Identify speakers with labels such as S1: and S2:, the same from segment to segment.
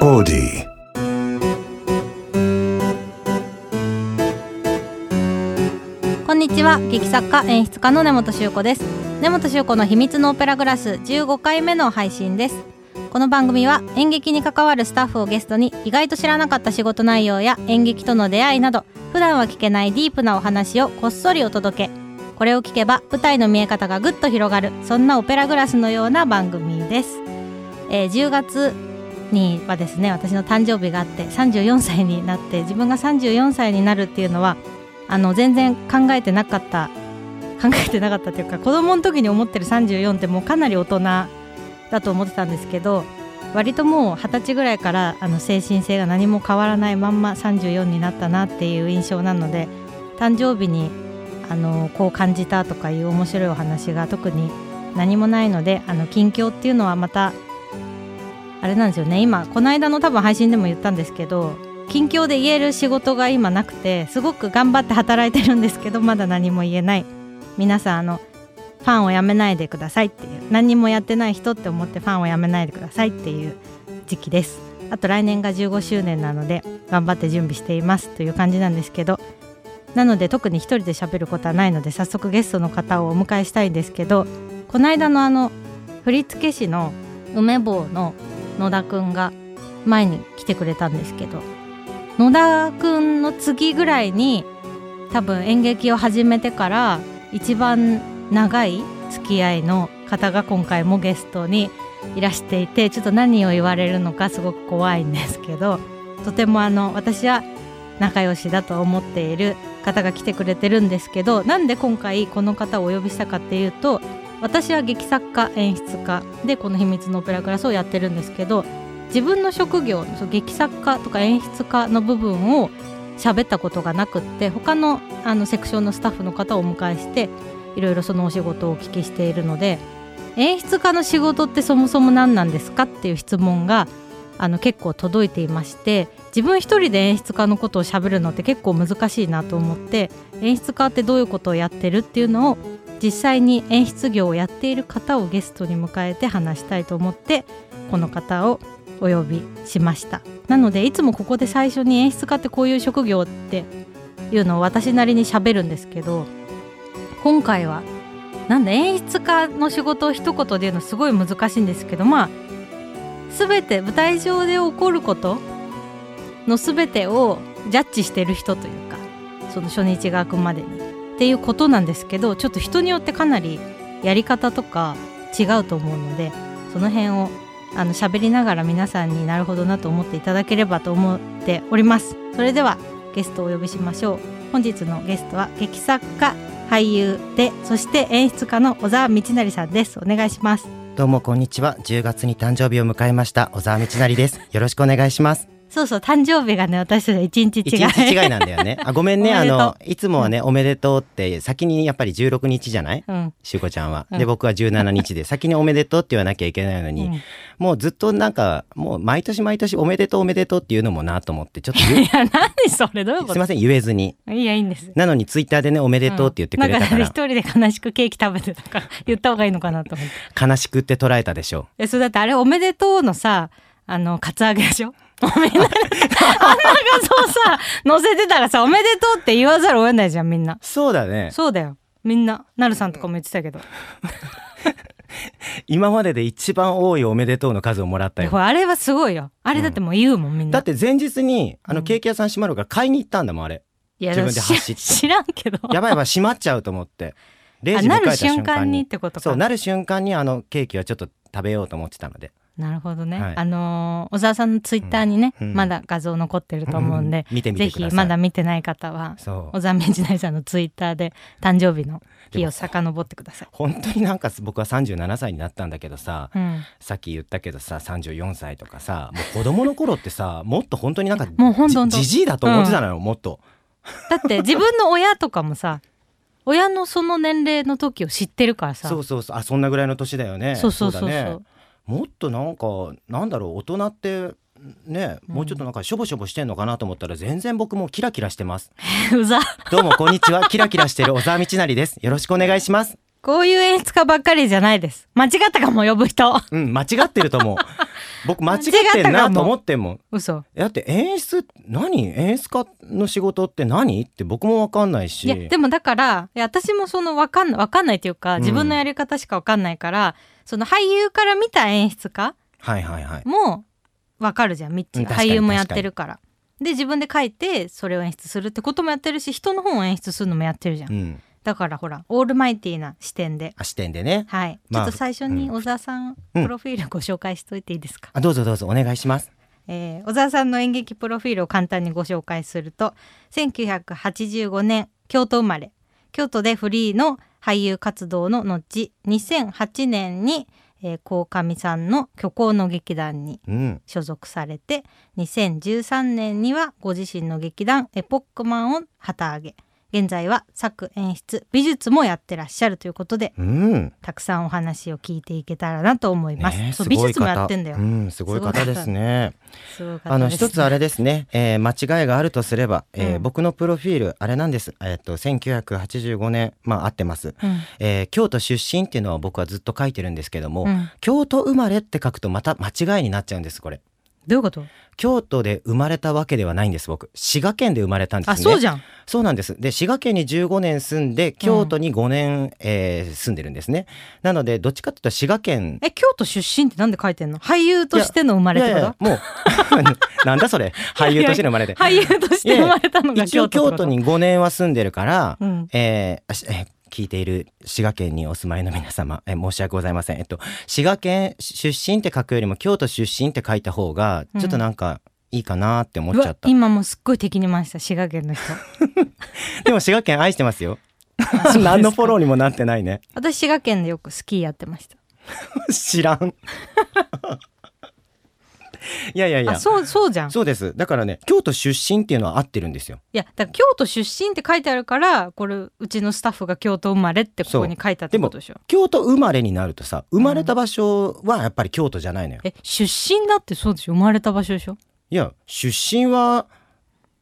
S1: melody.
S2: こんにちは劇作家演出家の根本修子です根本修子の秘密のオペラグラス15回目の配信ですこの番組は演劇に関わるスタッフをゲストに意外と知らなかった仕事内容や演劇との出会いなど普段は聞けないディープなお話をこっそりお届けこれを聞けば舞台の見え方がぐっと広がるそんなオペラグラスのような番組です、えー10月にはですね私の誕生日があって34歳になって自分が34歳になるっていうのはあの全然考えてなかった 考えてなかったというか子供の時に思ってる34ってもうかなり大人だと思ってたんですけど割ともう二十歳ぐらいからあの精神性が何も変わらないまんま34になったなっていう印象なので誕生日にあのこう感じたとかいう面白いお話が特に何もないのであの近況っていうのはまたあれなんですよね今この間の多分配信でも言ったんですけど近況で言える仕事が今なくてすごく頑張って働いてるんですけどまだ何も言えない皆さんあのファンをやめないでくださいっていう何にもやってない人って思ってファンをやめないでくださいっていう時期ですあと来年が15周年なので頑張って準備していますという感じなんですけどなので特に一人で喋ることはないので早速ゲストの方をお迎えしたいんですけどこの間のあの振付師の梅坊の野田くんが前に来てくれたんですけど野田くんの次ぐらいに多分演劇を始めてから一番長い付き合いの方が今回もゲストにいらしていてちょっと何を言われるのかすごく怖いんですけどとてもあの私は仲良しだと思っている方が来てくれてるんですけどなんで今回この方をお呼びしたかっていうと私は劇作家演出家でこの「秘密のオペラクラス」をやってるんですけど自分の職業そう劇作家とか演出家の部分を喋ったことがなくって他のあのセクションのスタッフの方をお迎えしていろいろそのお仕事をお聞きしているので演出家の仕事ってそもそも何なんですかっていう質問があの結構届いていまして自分一人で演出家のことを喋るのって結構難しいなと思って演出家ってどういうことをやってるっていうのを実際に演出業をやっている方をゲストに迎えて話したいと思ってこの方をお呼びしましたなのでいつもここで最初に演出家ってこういう職業っていうのを私なりに喋るんですけど今回はなんだ演出家の仕事を一言で言うのすごい難しいんですけどまあ全て舞台上で起こることの全てをジャッジしてる人というかその初日が空くまでにっていうことなんですけどちょっと人によってかなりやり方とか違うと思うのでその辺をあの喋りながら皆さんになるほどなと思っていただければと思っておりますそれではゲストをお呼びしましょう本日のゲストは劇作家俳優でそして演出家の小沢道成さんですお願いします
S3: どうもこんにちは。10月に誕生日を迎えました小沢道成です。よろしくお願いします。
S2: そうそう誕生日がね私たちは一日違い
S3: 一日違いなんだ よね。あごめんね
S2: おめ
S3: あ
S2: でとう
S3: のいつもはねおめでとうって先にやっぱり16日じゃない？
S2: うん
S3: しゅうこちゃんは。
S2: うん
S3: で僕は17日で先におめでとうって言わなきゃいけないのに、
S2: うん
S3: もうずっとなんかもう毎年毎年おめでとうおめでとうっていうのもなと思ってちょっと言う
S2: いや何それどういうこ
S3: すい
S2: と
S3: ません言えずに。
S2: いいやいいんです
S3: なのにツイッターでねおめでとうって言ってくれたか
S2: うんな
S3: ら
S2: ん、か一人で悲しくケーキ食べてたから言った方がいいのかなと思って
S3: 悲しくって捉えたでしょ
S2: えそうだってあれおめでとうのさあのカツアゲで しょおめでとうあんな画像さ載せてたらさおめでとうって言わざるを得ないじゃんみんな
S3: そうだね。
S2: そうだよみんななるさんとかも言ってたけど
S3: 今までで一番多いおめでとうの数をもらったよ
S2: ほ。らあれはすごいよあれだってもう言うもんみんな
S3: だって前日にあ
S2: う
S3: の
S2: ん
S3: ケーキ屋さん閉まるから買いに行ったんだもんあれ
S2: いや
S3: 自分で走って
S2: 知知らんけど
S3: やばいやばい閉まっちゃうと 思って0
S2: あ
S3: 時迎
S2: な
S3: え
S2: る
S3: た
S2: 瞬
S3: 瞬
S2: 間
S3: 間
S2: にっ
S3: に
S2: てことか
S3: そうなる瞬間にあのケーキはちょっと食べようと思ってたので
S2: なるほどね、
S3: はい
S2: あのー小沢さんのツイッターにね、
S3: うんうん
S2: まだ画像残ってると思うんで、
S3: 見てみ
S2: ぜ
S3: てく
S2: ひ
S3: ださい
S2: まだ見てない方は
S3: そう
S2: 小沢明治大さんのツイッターで誕生日の日を遡ってください。
S3: 本当になんか僕は37歳になったんだけどさ
S2: うん、
S3: さっき言ったけどさ34歳とかさもう子供の頃ってさもっと本当になんか
S2: もうほんとほんと
S3: じじじいだと思ってたのよ、もっと
S2: だって自分の親とかもさ親のその年齢の時を知ってるからさ
S3: そうそうそうあそんなぐらいの年だよね
S2: そうそうそうそう
S3: だねもっとなんかなんだろう大人ってねもうちょっとなんかしょぼしょぼしてんのかなと思ったら全然僕もうキラキラしてます
S2: うざ
S3: どうもこんに ちはキラキラしてる小沢道成ですよろしくお願いします
S2: こういう演出家ばっかりじゃないです間違ったかも呼ぶ人
S3: うん間違ってると思う僕間違ってんなと思ってんもん
S2: 嘘
S3: だって演出何演出家の仕事って何って僕も分かんないし
S2: いやでもだからいや私もそのわかんわかんないというか
S3: うん
S2: 自分のやり方しかわかんないから、その俳優から見た演出家
S3: はいはいはい
S2: もわかるじゃんミッチ
S3: うん
S2: が
S3: 確かに
S2: 俳優もやってるからで自分で書いてそれを演出するってこともやってるし人の本を演出するのもやってるじゃん、
S3: うん
S2: だからほらオールマイティーな視点で
S3: あ視点でね
S2: はい、
S3: まあ
S2: ちょっと最初に
S3: う
S2: 小沢さん、
S3: うん
S2: プロフィールご紹介しといていいですか、
S3: あどうぞどうぞお願いします
S2: えー小沢さんの演劇プロフィールを簡単にご紹介すると1985年京都生まれ京都でフリーの俳優活動の後2008年にえー鴻上、さんの虚構の劇団に
S3: うん
S2: 所属されて2013年にはご自身の劇団エポックマンを旗揚げ現在は作演出美術もやってらっしゃるということで
S3: うん
S2: たくさんお話を聞いていけたらなと思います。
S3: ねえ
S2: そう
S3: す
S2: 美
S3: ごい
S2: 術もや
S3: 方
S2: ってんだよ。
S3: うん、すごい方ですね。
S2: すごい
S3: あの一つあ
S2: れ
S3: れですね、えー間違いがあるとすれば、えー
S2: うん
S3: 僕のプロフィールあれなんです。えっ、と1985年まあ合ってます。
S2: うん
S3: えー京都出身っていうのは僕はずっと書いてるんですけども、
S2: うん
S3: 京都生まれって書くとまた間違いになっちゃうんですこれ。
S2: どういうこと？
S3: 京都で生まれたわけではないんです僕。滋賀県で生まれたんですね。
S2: あ、そうじゃん。
S3: そうなんです。で、滋賀県に15年住んで、京都に5年、えー住んでるんですね。なので、どっちかというと滋賀県。
S2: え、京都出身ってなんで書いてんの？俳優としての生まれってこ
S3: い
S2: と？
S3: やいやもう、 なんだそれ。俳優としての生まれで。
S2: 俳優として生まれたのが
S3: 一
S2: 京都っ
S3: 応
S2: て
S3: 京
S2: こと
S3: 都。に5年は住んでるから、
S2: うん。
S3: えーあしえー聞いている滋賀県にお住まいの皆様、えー申し訳ございません。えっと、滋賀県出身って書くよりも、京都出身って書いた方が、ちょっとなんか、いいかなって思っ
S2: う
S3: ちゃっ
S2: わ
S3: た。
S2: 今もうすっごい敵に回した滋賀 県の人
S3: でも滋賀県愛してますよ。
S2: そうですか
S3: 何のフォローにもなってないね。
S2: 私滋賀県でよくスキーやってました
S3: 知らん。 いやいやいや。
S2: あそうそうじゃん
S3: そうです。だからね、京都出身っていうのは合ってるんですよ。
S2: いやだから京都出身って書いてあるからこれうちのスタッフが京都生まれってここに書いたってことでしょ
S3: 京都生まれになるとさ、生まれた場所はやっぱり京都じゃないのよ。
S2: え出身だってそうでしょ生まれた場所でしょ
S3: いや、出身は、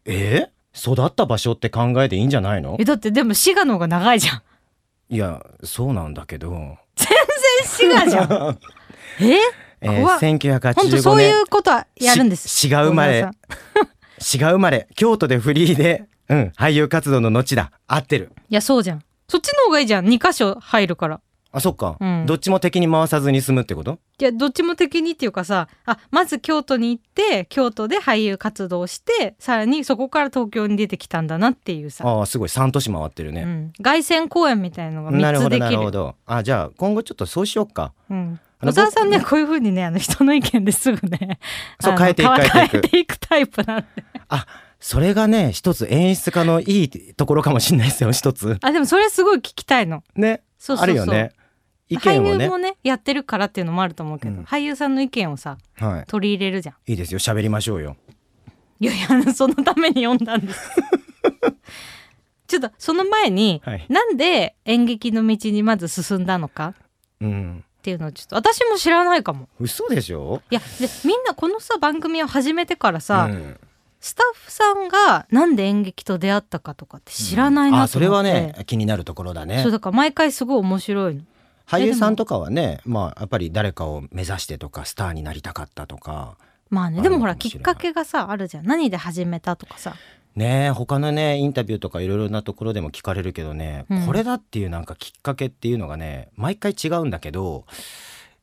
S3: えー育った場所って考えていいんじゃないの
S2: えだってでも滋賀の方が長いじゃ ん
S3: いや、そうなんだけど。
S2: 全然滋賀じゃんえ
S3: え
S2: 怖
S3: ー
S2: っ本当
S3: 1985
S2: そうい
S3: 年、
S2: うことはやるんです
S3: し滋賀生まれ
S2: 小沢さん
S3: 滋賀生まれ、京都でフリーで、うん、俳優活動の後だ。合ってる。
S2: いやそうじゃんそっちの方がいいじゃん2箇所入るから
S3: あ、そっか、
S2: うん
S3: どっちも敵に回さずに済むってこと
S2: いやどっちも的にっていうかさあまず京都に行って京都で俳優活動をしてさらにそこから東京に出てきたんだなっていうさ、
S3: ああ、すごい。3都市回ってるね。
S2: うん、凱旋公演みたいのが
S3: なる
S2: 3
S3: ほ
S2: つ
S3: ど
S2: で
S3: な
S2: き
S3: る
S2: る
S3: ほどあじゃあ今後ちょっとそうしようか
S2: うん
S3: あの
S2: 小沢さんねこういう風にねあの人の意見ですぐね
S3: そ
S2: あ
S3: う
S2: の
S3: 変えていく変えていく
S2: 変えていくタイプなんで
S3: あそれがね一つ演出家のいいところかもしれないですよ 一つ
S2: あでもそれすごい聞きたいの
S3: ね
S2: そうそうそう
S3: あるよね意見を
S2: 俳優
S3: ね
S2: もねやってるからっていうのもあると思うけど、
S3: うん
S2: 俳優さんの意見をさ
S3: は
S2: 取り入れるじゃん
S3: いいいですよ喋りましょうよ
S2: いやいやそのために読んだんです ちょっとその前に、
S3: はい
S2: なんで演劇の道にまず進んだのか
S3: うん
S2: っていうのをちょっと私も知らないかも
S3: 嘘でしょ
S2: いやでみんなこのさ番組を始めてからさ、
S3: うん
S2: スタッフさんがなんで演劇と出会ったかとかって知らないな
S3: あ
S2: と
S3: そ
S2: 思
S3: れ
S2: って、
S3: はね気になるところだね
S2: そうだから毎回すごい面白いの
S3: 俳優さんとかはねまあやっぱり誰かを目指してとかスターになりたかったとか
S2: まあね
S3: あ
S2: でもほら
S3: 面白
S2: き
S3: い
S2: っかけがさあるじゃん何で始めたとかさ
S3: ねえ他のねインタビューとかいろいろなところでも聞かれるけどね、
S2: うん
S3: これだっていうなんかきっかけっていうのがね毎回違うんだけど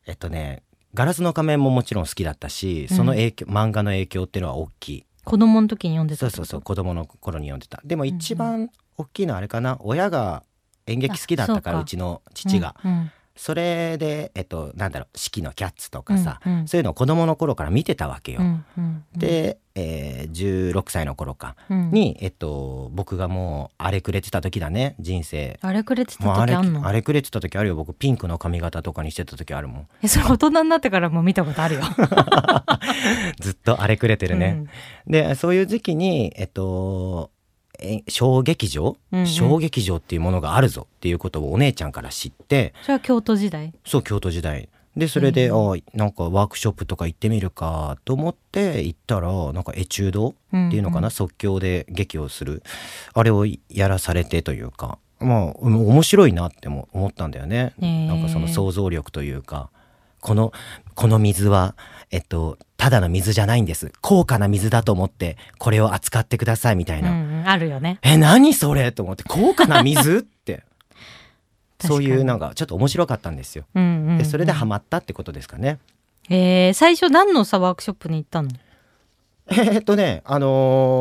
S3: えっとね「ガラスの仮面」ももちろん好きだったしその影響、漫画の影響っていうのは大きい
S2: 子供の時に読んでた
S3: そ
S2: っ
S3: う
S2: て
S3: そ
S2: こ
S3: う
S2: と
S3: そう子供の頃に読んでたでも
S2: んうん
S3: 一番大きいのはあれかな、親が演劇好きだった
S2: あそ
S3: から
S2: うか
S3: うちの父が、
S2: うんうん
S3: それでえっとなんだろう「四季のキャッツ」とかさ、
S2: うんうん
S3: そういうのを子供の頃から見てたわけよ。
S2: うんうんうん、
S3: で、えー16歳の頃か
S2: うん
S3: に、えっと、僕がもう荒れくれてた時だね人生
S2: あれくれてた
S3: もう荒
S2: 時
S3: れ
S2: あんの
S3: 荒れくれてた時あるよ僕ピンクの髪型とかにしてた時あるもん
S2: えそれ大人になってからも見たことあるよ。
S3: ずっと荒れくれてるね、でそういう時期にえっとえ小劇場、
S2: うんうん
S3: 小劇場っていうものがあるぞっていうことをお姉ちゃんから知って
S2: それは京都時代。
S3: そう京都時代でそれで、
S2: う
S3: あなんかワークショップとか行ってみるかと思って行ったらなんかエチュードっていうのかな、即興で劇をするあれをやらされてというかまあうん面白いなっても思ったんだよね、
S2: へー
S3: なんかその想像力というかこのこの水はえっとただの水じゃないんです高価な水だと思ってこれを扱ってくださいみたいな、
S2: うんあるよね
S3: え何それと思って高価な 水って
S2: 確
S3: そう
S2: かに
S3: いうなんかちょっと面白かったんですよ
S2: うんうんうん
S3: でそれでハマったってことですかね、
S2: えー最初何のさワークショップに行ったの
S3: えーっとねあ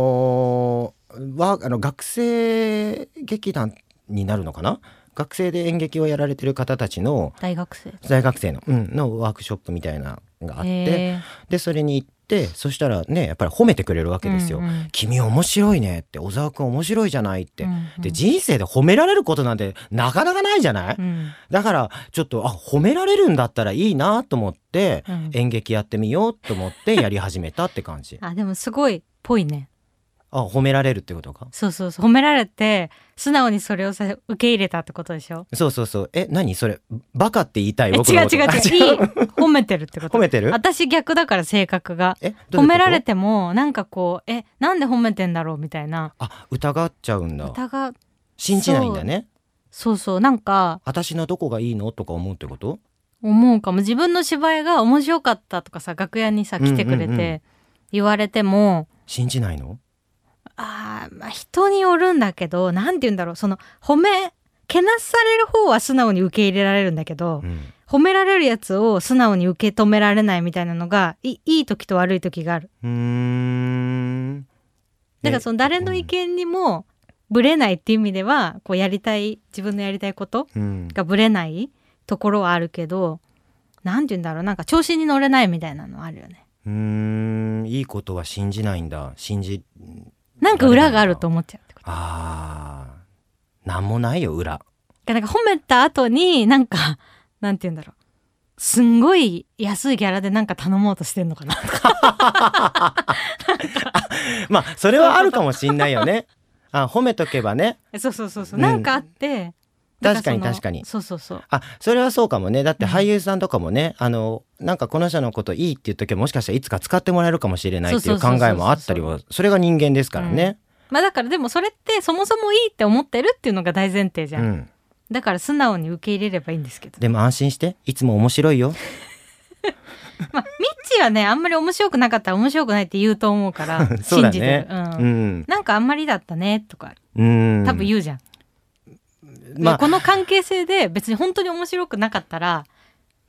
S3: のーはあの学生劇団になるのかな学生で演劇をやられてる方たちの
S2: 大学生
S3: 大学生の,、うん、のワークショップみたいなのがあって
S2: えー
S3: でそれに行ってそしたらねやっぱり褒めてくれるわけですよ。
S2: うんうん
S3: 君面白いねって小沢君面白いじゃないって、
S2: うんうん
S3: で人生で褒められることなんてなかなかないじゃない、
S2: うん
S3: だからちょっとあ褒められるんだったらいいなと思って、
S2: うん
S3: 演劇やってみようと 思ってやり始めたって感じ
S2: あでもすごいぽいね
S3: あ褒められるってことか
S2: そうそうそう褒められて素直にそれをさ受け入れたってことでしょ
S3: そうそうそうえ何それバカって言いた
S2: え
S3: い
S2: 違う
S3: 僕の
S2: 違う
S3: こと
S2: 違ういい褒めてるってこと
S3: 褒めてる
S2: 私逆だから性格が
S3: え
S2: 褒
S3: どういうこと
S2: められてもなんかこうえなんで褒めてんだろうみたいな
S3: あ疑っちゃうんだ
S2: 疑う
S3: 信じないんだね
S2: そうそうなんか
S3: 私のどこがいいのとか思うってこと
S2: 思うかも自分の芝居が面白かったとかさ楽屋にさ来てくれ
S3: うんうんうん
S2: て言われても、
S3: 信じないの
S2: あーまあ人によるんだけどなんて言うんだろうその褒めけなされる方は素直に受け入れられるんだけど、
S3: うん
S2: 褒められるやつを素直に受け止められないみたいなのがいいい時と悪い時がある
S3: うーん
S2: だからその誰の意見にもぶれないっていう意味ではこうやりたい自分のやりたいこと
S3: うん
S2: がぶれないところはあるけどなんて言うんだろうなんか調子に乗れないみたいなのあるよね
S3: うーんいいことは信じないんだ信じ
S2: なんか裏があると思っちゃうってこと
S3: あーなんもないよ
S2: だ
S3: 裏
S2: からなんか褒めた後になんかなんて言うんだろうすんごい安いギャラでなんか頼もうとしてんの かな
S3: まあそれはあるかもしんないよねあ褒めとけばね
S2: そうそうそうそううんなんかあって、なんその
S3: 確かに確かに
S2: そうそうそう
S3: あそれはそうかもねだって
S2: うん
S3: 俳優さんとかもね、あのなんかこの人のこといいって言っとけばもしかしたらいつか使ってもらえるかもしれないってい
S2: そ
S3: う考
S2: うそうそうそうそう
S3: えもあったりはそれが人間ですからね、
S2: まあだからでもそれってそもそもいいって思ってるっていうのが大前提じ
S3: う
S2: ゃ
S3: ん
S2: ん、だから素直に受け入れればいいんですけど
S3: でも安心していつも面白いよ
S2: まあミッチーはねあんまり面白くなかったら面白くないって言うと思うから
S3: そう
S2: 信
S3: だ
S2: じて
S3: ね
S2: る、うん
S3: うん
S2: なんかあんまりだったねとか
S3: うん
S2: 多分言うじゃん、
S3: まあ
S2: この関係性で別に本当に面白くなかったら、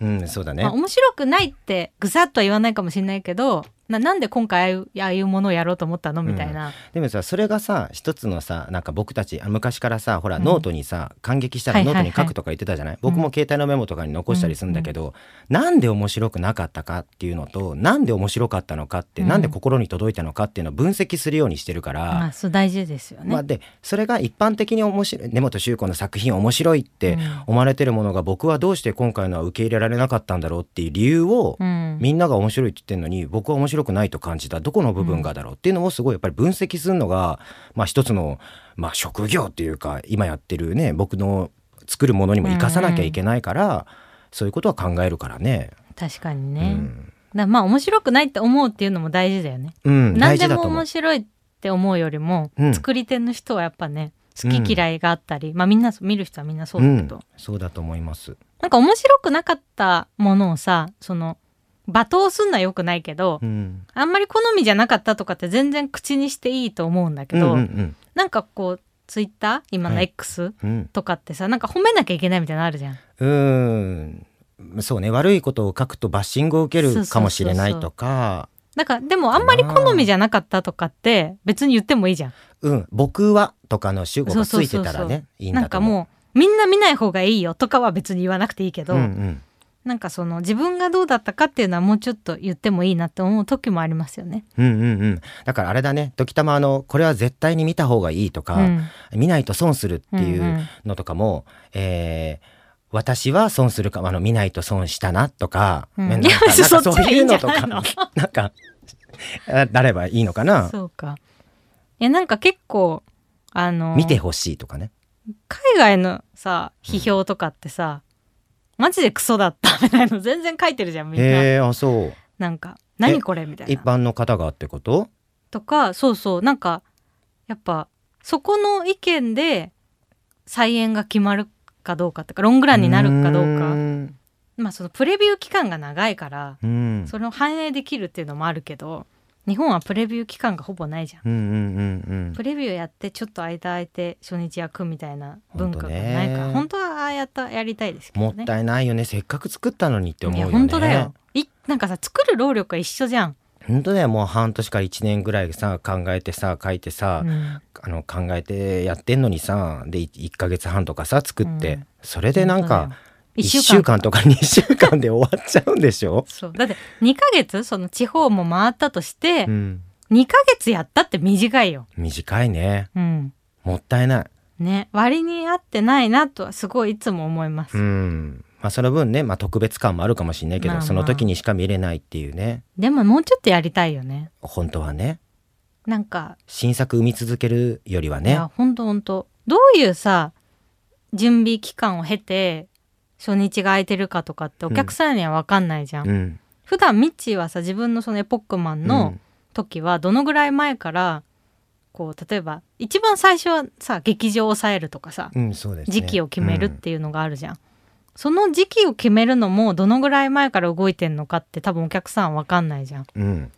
S3: うんそうだね、
S2: まあ、面白くないってぐさっとは言わないかもしれないけどななんで今回ああいうああいうものをやろうと思ったのみたいな、
S3: でもさそれがさ一つのさなんか僕たちあ昔からさほら、
S2: うん
S3: ノートにさ感激した
S2: は
S3: ら
S2: いは
S3: ノ
S2: い
S3: ー
S2: はい
S3: トに書くとか言ってたじゃない、僕も携帯のメモとかに残したりするんだけど、なんで面白くなかったかっていうのとなんで面白かったのかって、
S2: うん
S3: なんで心に届いたのかっていうのを分析するようにしてるから。
S2: まあそう大事ですよね、
S3: まあ、でそれが一般的に面白い根本周子の作品面白いって思われてるものが僕はどうして今回のは受け入れられなかったんだろうっていう理由を
S2: うん、
S3: みんなが面白いって言ってるのに僕は面白くないと感じたどこの部分がだろうっていうのをすごいやっぱり分析するのが、まあ、一つの、まあ、職業っていうか今やってるね僕の作るものにも生かさなきゃいけないから、そういうことは考えるからね。
S2: 確かに
S3: う
S2: ね、だか
S3: ん、
S2: らまあ面白くないって思うっていうのも大事だよね
S3: うん、
S2: 何
S3: 大
S2: で
S3: 事だ
S2: も
S3: と思う
S2: 面。白いって思うよりも、
S3: うん
S2: 作り手の人はやっぱね好き嫌いがあったり、まあみんな見る人はみんなそう
S3: う
S2: だけ
S3: ん
S2: ど、、
S3: そうだと思います。
S2: なんか面白くなかったものをさその罵倒すんのは良くないけど、
S3: うん、
S2: あんまり好みじゃなかったとかって全然口にしていいと思うんだけど、
S3: うんうん
S2: なんかこうツイッター今の
S3: はい
S2: X
S3: うん
S2: とかってさ、なんか褒めなきゃいけないみたいなのあるじゃん。
S3: うん、うん、そうね悪いことを書くとバッシングを受けるかもしれないとか、
S2: なんかでもあんまり好みじゃなかったとかって別に言ってもいいじゃん。
S3: うん、僕はとかの主語がついてた
S2: そうそ
S3: ら
S2: うそう
S3: ね、いいん
S2: な
S3: だ
S2: ん
S3: と
S2: か
S3: 思う。
S2: もうみんな見ない方がいいよとかは別に言わなくていいけど、
S3: うんうん、
S2: なんかその自分がどうだったかっていうのはもうちょっと言ってもいいなって思う時もありますよね。
S3: うんうんうん、だからあれだね時たまあのこれは絶対に見た方がいいとか、
S2: うん
S3: 見ないと損するってい
S2: ん
S3: う
S2: うん
S3: のとかも、えー私は損するかあの見ないと損したなとか、
S2: うん
S3: ない
S2: や
S3: なんか
S2: そっち
S3: そういうのと
S2: はいい
S3: か
S2: ん じゃないの
S3: なんかあなればいいのかな
S2: そうか。いやなんか結構あの
S3: 見てほしいとかね
S2: 海外のさ批評とかってさ、マジでクソだったみたいなの 全然書いてるじゃんみんな。
S3: へえあそう
S2: なんか何これみたい
S3: 一
S2: な。
S3: 般の方がってこと
S2: とかそうそうなんかやっぱそこの意見で再演が決まるかどうかとかロングランになるかどうか
S3: ーん
S2: まあそのプレビュー期間が長いから、
S3: うん
S2: それを反映できるっていうのもあるけど日本はプレビュー期間がほぼないじゃん。
S3: うんうんうん
S2: プレビューやってちょっと間空いて初日焼くみたいな文化が
S3: ほんとね
S2: ないから本当,、はああやったやりたいです
S3: う
S2: け
S3: ん、も
S2: ど
S3: っ
S2: ね。
S3: たいないよねせっかく作ったのにって思う
S2: い
S3: よ
S2: や
S3: ね
S2: 本当だよいなんかさ作る労力が一緒じゃん。
S3: 本当だよもう半年から1年ぐらいさ考えてさ書いてさ、
S2: うん
S3: あの考えてやってんのにさで1ヶ月半とかさ作って、
S2: うん
S3: それでなん
S2: 本当だよ
S3: か1
S2: 1
S3: 週
S2: 週間
S3: 間とか2週間で終わっちゃうんでしょ
S2: そうだって2ヶ月その地方も回ったとして、
S3: うん
S2: 2ヶ月やったって短いよ。
S3: 短いね
S2: うん、
S3: もったいない
S2: ね割に合ってないなとはすごいいつも思います。
S3: うんまあその分ね、まあ、特別感もあるかもしれないけ
S2: ま
S3: ど、
S2: あまあ
S3: その時にしか見れないっていうね
S2: でももうちょっとやりたいよね。
S3: 本当はね
S2: なんか
S3: 新作生み続けるよりはいね
S2: やほんとほんとどういうさ準備期間を経て初日が空いてるかとかってお客さんには分かんないじゃん、
S3: うん
S2: 普段ミッチーはさ自分のそのエポックマンの時はどのぐらい前からこう例えば一番最初はさ劇場を抑えるとかさ
S3: うん、うんそうですね
S2: 時期を決めるっていうのがあるじゃん、その時期を決めるのもどのぐらい前から動いてんのかって多分お客さんは分かんないじゃん
S3: うん、うん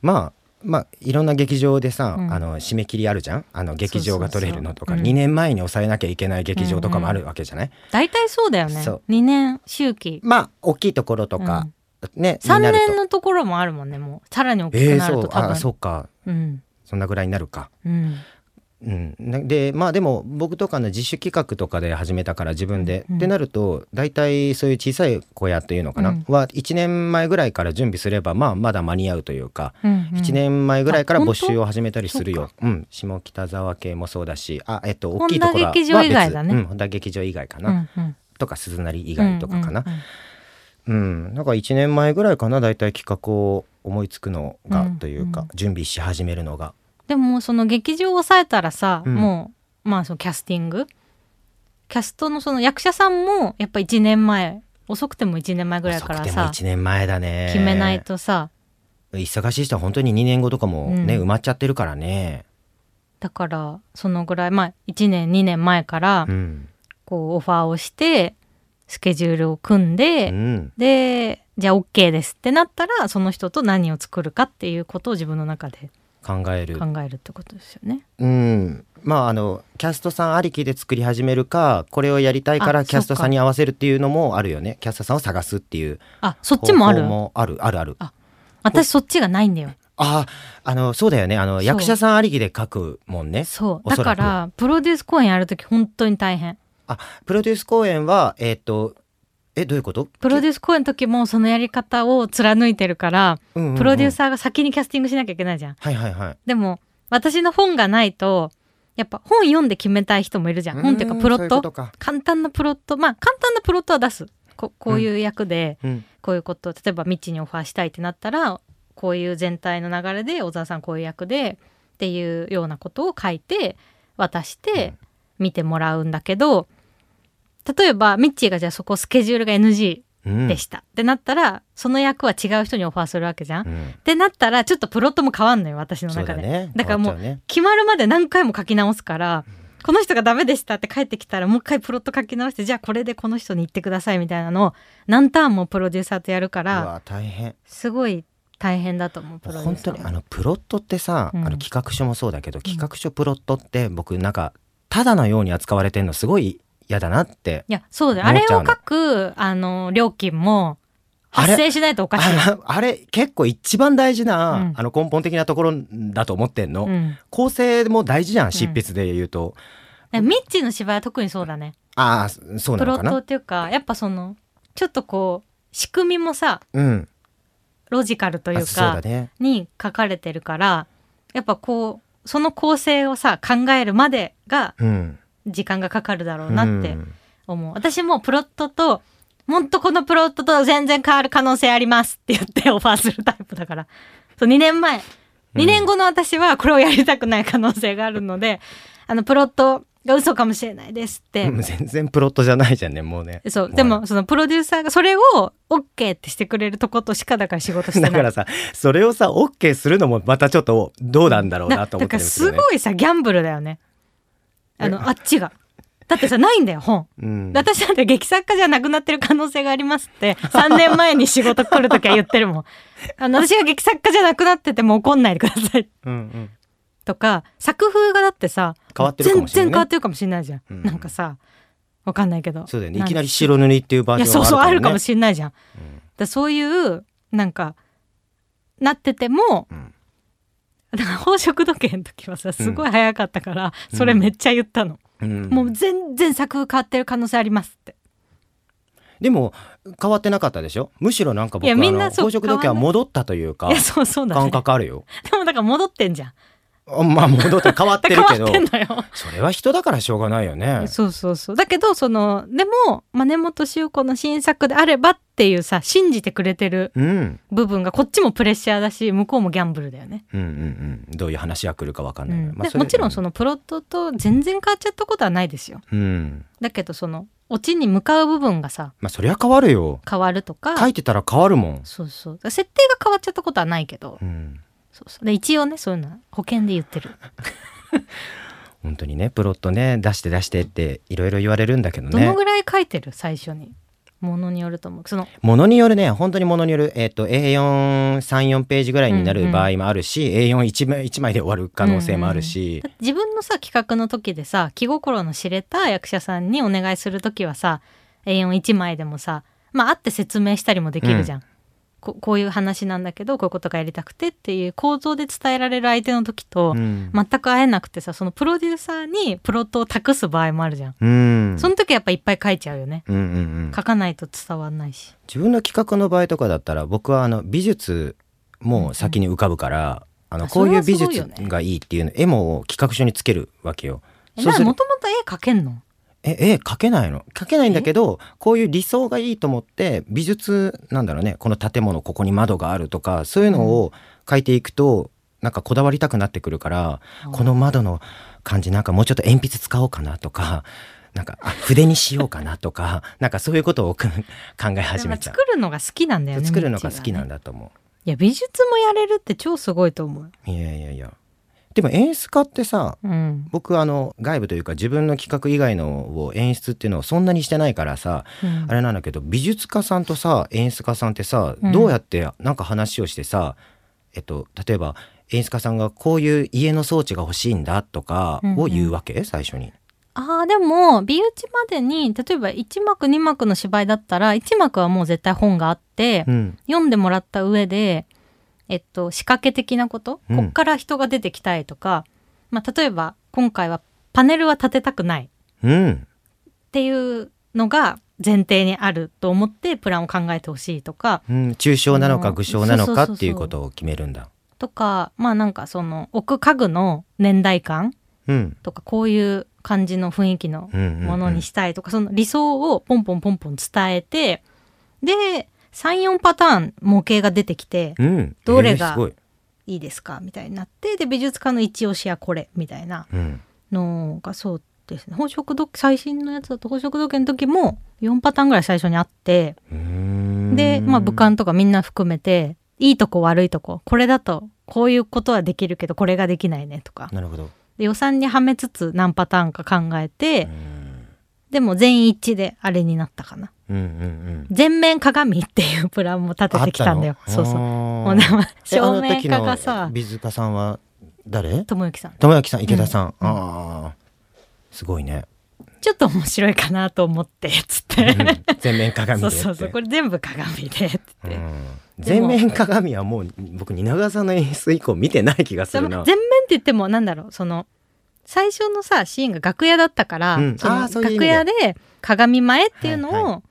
S3: まあまあいろんな劇場でさ、
S2: うん
S3: あの締め切りあるじゃんあの劇場が取れるのとか
S2: そうそうそううん
S3: 2年前に抑えなきゃいけない劇場とかもあるわけじゃない、
S2: 大体そうだよね
S3: そう
S2: 2年周期
S3: まあ大きいところとか、ねに
S2: 3
S3: なると
S2: 年のところもあるもんねもうさらに大き
S3: え
S2: く
S3: え
S2: なる
S3: そ
S2: と
S3: う
S2: 多分、
S3: あそうか
S2: うん
S3: そんなぐらいになるか
S2: うん
S3: うん、なでまあでも僕とかの自主企画とかで始めたから自分で、
S2: うん
S3: ってなると大体そういう小さい小屋っていうのかな、
S2: うん
S3: は1年前ぐらいから準備すれば、まあ、まだ間に合うというか、
S2: うんうん
S3: 1年前ぐらいから
S2: あ
S3: 募集を始めたりするよ
S2: 本、
S3: うん、下北沢系もそうだしあ、えっと、
S2: 本田
S3: 大きいところは
S2: 劇場以外だね
S3: は別うん、本田劇場以外かな、
S2: うんうん
S3: とか鈴なり以外とかか
S2: う
S3: な、
S2: んうん
S3: うんなんか1年前ぐらいかな大体企画を思いつくのが
S2: うん
S3: というか、
S2: うん
S3: 準備し始めるのが。
S2: でももうその劇場を抑えたらさ、
S3: うん
S2: もうまあそのキャスティングキャストのその役者さんもやっぱ1年前遅くても1年前ぐらいから
S3: 遅くても
S2: さ
S3: 1年前だね
S2: 決めないとさ
S3: 忙しい人は本当に2年後とかもね、
S2: うん
S3: 埋まっちゃってるからね。
S2: だからそのぐらいまあ1年2年前から
S3: うん。
S2: こうオファーをしてスケジュールを組んで、
S3: うん。
S2: でじゃあ OK ですってなったらその人と何を作るかっていうことを自分の中で
S3: 考える。
S2: 考えるってことですよね。
S3: うん。まああのキャストさんありきで作り始めるか、これをやりたいか
S2: あ
S3: らキャスト
S2: そ
S3: さ
S2: っか
S3: んに合わせるっていうのもあるよね。キャストさんを探すっていう
S2: あそっちもある
S3: 方法もあるあるある。
S2: あ私そっちがないんだよ。
S3: ああ、あのそうだよね。あ
S2: う
S3: の役者さんありきで書くもんね。
S2: そう
S3: お
S2: だ
S3: そらくは
S2: からプロデュース公演やるとき本当に大変。
S3: あ、プロデュース公演はえっ、とえどういうこと？
S2: プロデュース公演の時もそのやり方を貫いてるから
S3: うんうんうん
S2: プロデューサーが先にキャスティングしなきゃいけないじゃん。
S3: はいはいはい。
S2: でも私の本がないとやっぱ本読んで決めたい人もいるじゃん。本っていうか
S3: ん
S2: プロ
S3: そうい
S2: ッ
S3: う
S2: ト
S3: ことか。
S2: 簡単なプロットまあ簡単なプロットは出す。ここういう役で、
S3: うん。
S2: こういうこと例えば未知にオファーしたいってなったらこういう全体の流れで小沢さんこういう役でっていうようなことを書いて渡して見てもらうんだけど、例えばミッチーがじゃあそこスケジュールが NG
S3: うん
S2: でした、ってなったらその役は違う人にオファーするわけじゃん。
S3: う
S2: っ
S3: ん。
S2: てなったらちょっとプロットも変わんのよ私の
S3: そう
S2: 中
S3: だ
S2: で。
S3: ね。
S2: だからもう
S3: 変わっちゃね
S2: 決まるまで何回も書き直すからこの人がダメでしたって帰ってきたらもう一回プロット書き直してじゃあこれでこの人に言ってくださいみたいなのを何ターンもプロデューサーとやるか
S3: う
S2: ら
S3: わ大変
S2: すごい大変だと思うプロデュ
S3: 本
S2: ーサ
S3: 当
S2: ー
S3: に
S2: は
S3: あのプロットってさ、
S2: うん
S3: あの企画書もそうだけど企画書プロットって僕なんかただのように扱われてんのすごい嫌だなって
S2: いやそうだよあ
S3: 思っ
S2: れを
S3: ちゃうの
S2: 書くあの料金も発生しないとおかしい。
S3: ああれ結構一番大事な、
S2: うん
S3: あの根本的なところだと思ってんの、
S2: うん、
S3: 構成も大事じゃん執筆で言うと、
S2: でミッチーの芝居は特にそうだね
S3: ああそう
S2: プ
S3: な
S2: ロ
S3: のか
S2: ット
S3: な
S2: っていうかやっぱそのちょっとこう仕組みもさ
S3: うん
S2: ロジカルという
S3: あ
S2: か
S3: そうだね
S2: に書かれてるからやっぱこうその構成をさ考えるまでが
S3: うん
S2: 時間がかかるだろうなっ
S3: う
S2: て
S3: ん
S2: 思う、私もプロットともっとこのプロットと全然変わる可能性ありますって言ってオファーするタイプだからそう2年前2年後の私はこれをやりたくない可能性があるので、あのプロットが嘘かもしれないですって、
S3: うん全然プロットじゃないじゃんねもうね
S2: そう
S3: はい
S2: でもそのプロデューサーがそれを OK ってしてくれるとことしかだから仕事してない
S3: だからさそれをさ OK するのもまたちょっとどうなんだろうなと思ってるんですよね
S2: だからすごいさギャンブルだよねあのあっちがだってさないんだよ本
S1: うん、
S2: 私なんて劇作家じゃなくなってる可能性がありますって3年前に仕事来る時は言ってるもんあの私が劇作家じゃなくなってても怒んないでください
S1: うんうん
S2: とか作風がだってさ
S1: 変わってるかもしれないね
S2: 全然変わってるかもしれないじゃん、
S1: うん
S2: なんかさわかんないけど
S1: そうだよねい
S2: なん
S1: きなり白塗りっていうバ
S2: い
S1: ー
S2: や
S1: ジ
S2: そう
S1: ョン
S2: そう
S1: は
S2: あ
S1: あ
S2: る
S1: る
S2: か
S1: か
S2: も
S1: も
S2: しれないじゃん、
S1: ん
S2: だそういうなんかなってても
S1: ねうん
S2: だから宝飾時計の時はさすごい早かったから、
S1: うん
S2: それめっちゃ言ったの、
S1: うん
S2: もう全然作風変わってる可能性ありますって
S1: でも変わってなかったでしょむしろなんか僕
S2: いや
S1: あの
S2: みんなそう
S1: 宝飾時計は戻ったというか
S2: いやそうそうだ、ね、
S1: 感
S2: で
S1: 覚あるよ
S2: もだから戻ってんじゃん
S1: あまあ戻った変わって
S2: 変
S1: る
S2: わ
S1: けど
S2: ってんのよ
S1: それは人だからしょうがないよね
S2: そうそうそうだけどそのでも、まあ、根本修子の新作であればっていうさ信じてくれてる
S1: うんうん
S2: 部分がこっちもプレッシャーだし向こうもギャンブルだよね、
S1: うんうんどういう話が来るかわかん
S2: う
S1: ない、
S2: ん
S1: まあ
S2: で
S1: それ
S2: もちろんそのプロットと全然変わっちゃったことはないですよ
S1: うん
S2: だけどそのオチに向かう部分がさ
S1: まあそりゃ変わるよ
S2: 変わるとか
S1: 書いてたら変わるもん、
S2: そうそう設定が変わっちゃったことはないけど
S1: うん、
S2: そうそうで一応ねそういうのは保険で言ってる
S1: 本当にねプロットね出して出してっていろいろ言われるんだけど
S2: ど
S1: ね
S2: のぐらい書いてる最初にものによると思うその
S1: ものによるね本当にものによる、えっと A434 ページぐらいになる場合もあるし、A41 枚一枚で終わる可能性もあるし
S2: だ、って自分のさ企画の時でさ気心の知れた役者さんにお願いする時はさ A41 枚でもさまあ会って説明したりもできるじゃん、ここういう話なんだけどこういうことがやりたくてっていう構造で伝えられる相手の時と、
S1: うん
S2: 全く会えなくてさそのプロデューサーにプロットを託す場合もあるじゃん、
S1: うん
S2: その時はやっぱいっぱい書いちゃうよね
S1: うんうんうん、
S2: 書かないと伝わんないし
S1: 自分の企画の場合とかだったら僕はあの美術も先に浮かぶから、あの
S2: あ
S1: こういう美
S2: それはすごい
S1: 術
S2: よね
S1: がいいっていうの絵も企画書につけるわけよ。
S2: え
S1: そう
S2: な
S1: す
S2: ん
S1: る
S2: もともと絵描けんの
S1: え絵描けないの描けないんだけどこういう理想がいいと思って美術なんだろうねこの建物ここに窓があるとかそういうのを描いていくと、なんかこだわりたくなってくるから、この窓の感じなんかもうちょっと鉛筆使おうかなとかなんかあ筆にしようかなとか なんかそういうことをく考え始めちゃう
S2: 作。るのが好きなんだよね
S1: 作るのが好きなん
S2: だ
S1: だと思う。
S2: いや美術もやれるって超すごいと思う
S1: いやいやいやでも演出家ってさ
S2: うん、
S1: 僕あの外部というか自分の企画以外のを演出っていうのをそんなにしてないからさ、
S2: うん
S1: あれなんだけど美術家さんとさ演出家さんってさ、
S2: うん
S1: どうやってなんか話をしてさえっと例えば演出家さんがこういう家の装置が欲しいんだとかを言うわけ、最初に。
S2: あーでも美打ちまでに例えば1幕2幕の芝居だったら1幕はもう絶対本があって、
S1: うん
S2: 読んでもらった上で、えっと、仕掛け的なこと、
S1: うん
S2: こっから人が出てきたいとか、まあ、例えば今回はパネルは立てたくない
S1: うん
S2: っていうのが前提にあると思ってプランを考えてほしいとか
S1: うん、抽象なの
S2: あ
S1: か
S2: の
S1: 具象なのか
S2: そうそうそうそう
S1: っていうことを決めるんだ。
S2: とかまあなんかその置く家具の年代感
S1: うん
S2: とかこういう感じの雰囲気の
S1: うんうんうん
S2: ものにしたいとか、その理想をポンポンポンポン伝えてで34パターン模型が出てきて
S1: うん、
S2: どれが
S1: えーすごい、
S2: いいですかみたいになってで美術家の一押しはこれみたいな
S1: うん
S2: のがそうですね宝飾時最新のやつだと宝飾時計の時も4パターンぐらい最初にあって
S1: うーん
S2: で、まあ、武漢とかみんな含めていいとこ悪いとここれだとこういうことはできるけどこれができないねとか
S1: なるほど。
S2: で予算にはめつつ何パターンか考えて
S1: うん
S2: でも全員一致であれになったかな
S1: うんうん
S2: 全面鏡っていうプランも立ててきたんだよそうそうも
S1: も
S2: うで
S1: え
S2: も
S1: あの
S2: 正面
S1: 時
S2: 家
S1: の
S2: がさ
S1: 美術家さんは誰
S2: 智之さん
S1: 友之さん池田さん、
S2: うん
S1: ああすごいね、
S2: ちょっと面白いかなと思ってつ って
S1: 全面鏡でやっ
S2: そ
S1: て
S2: うそうそうこれ全部鏡でって
S1: う
S2: 言って、
S1: ん全面鏡はもう僕蜷川さんの演出以降見てない気がす
S2: そ
S1: る
S2: の
S1: な
S2: 全面って言ってもなんだろうその最初のさシーンが楽屋だったから、
S1: うん
S2: その
S1: あーそういう意味
S2: 楽
S1: で
S2: 屋で鏡前っていうのを、
S1: はい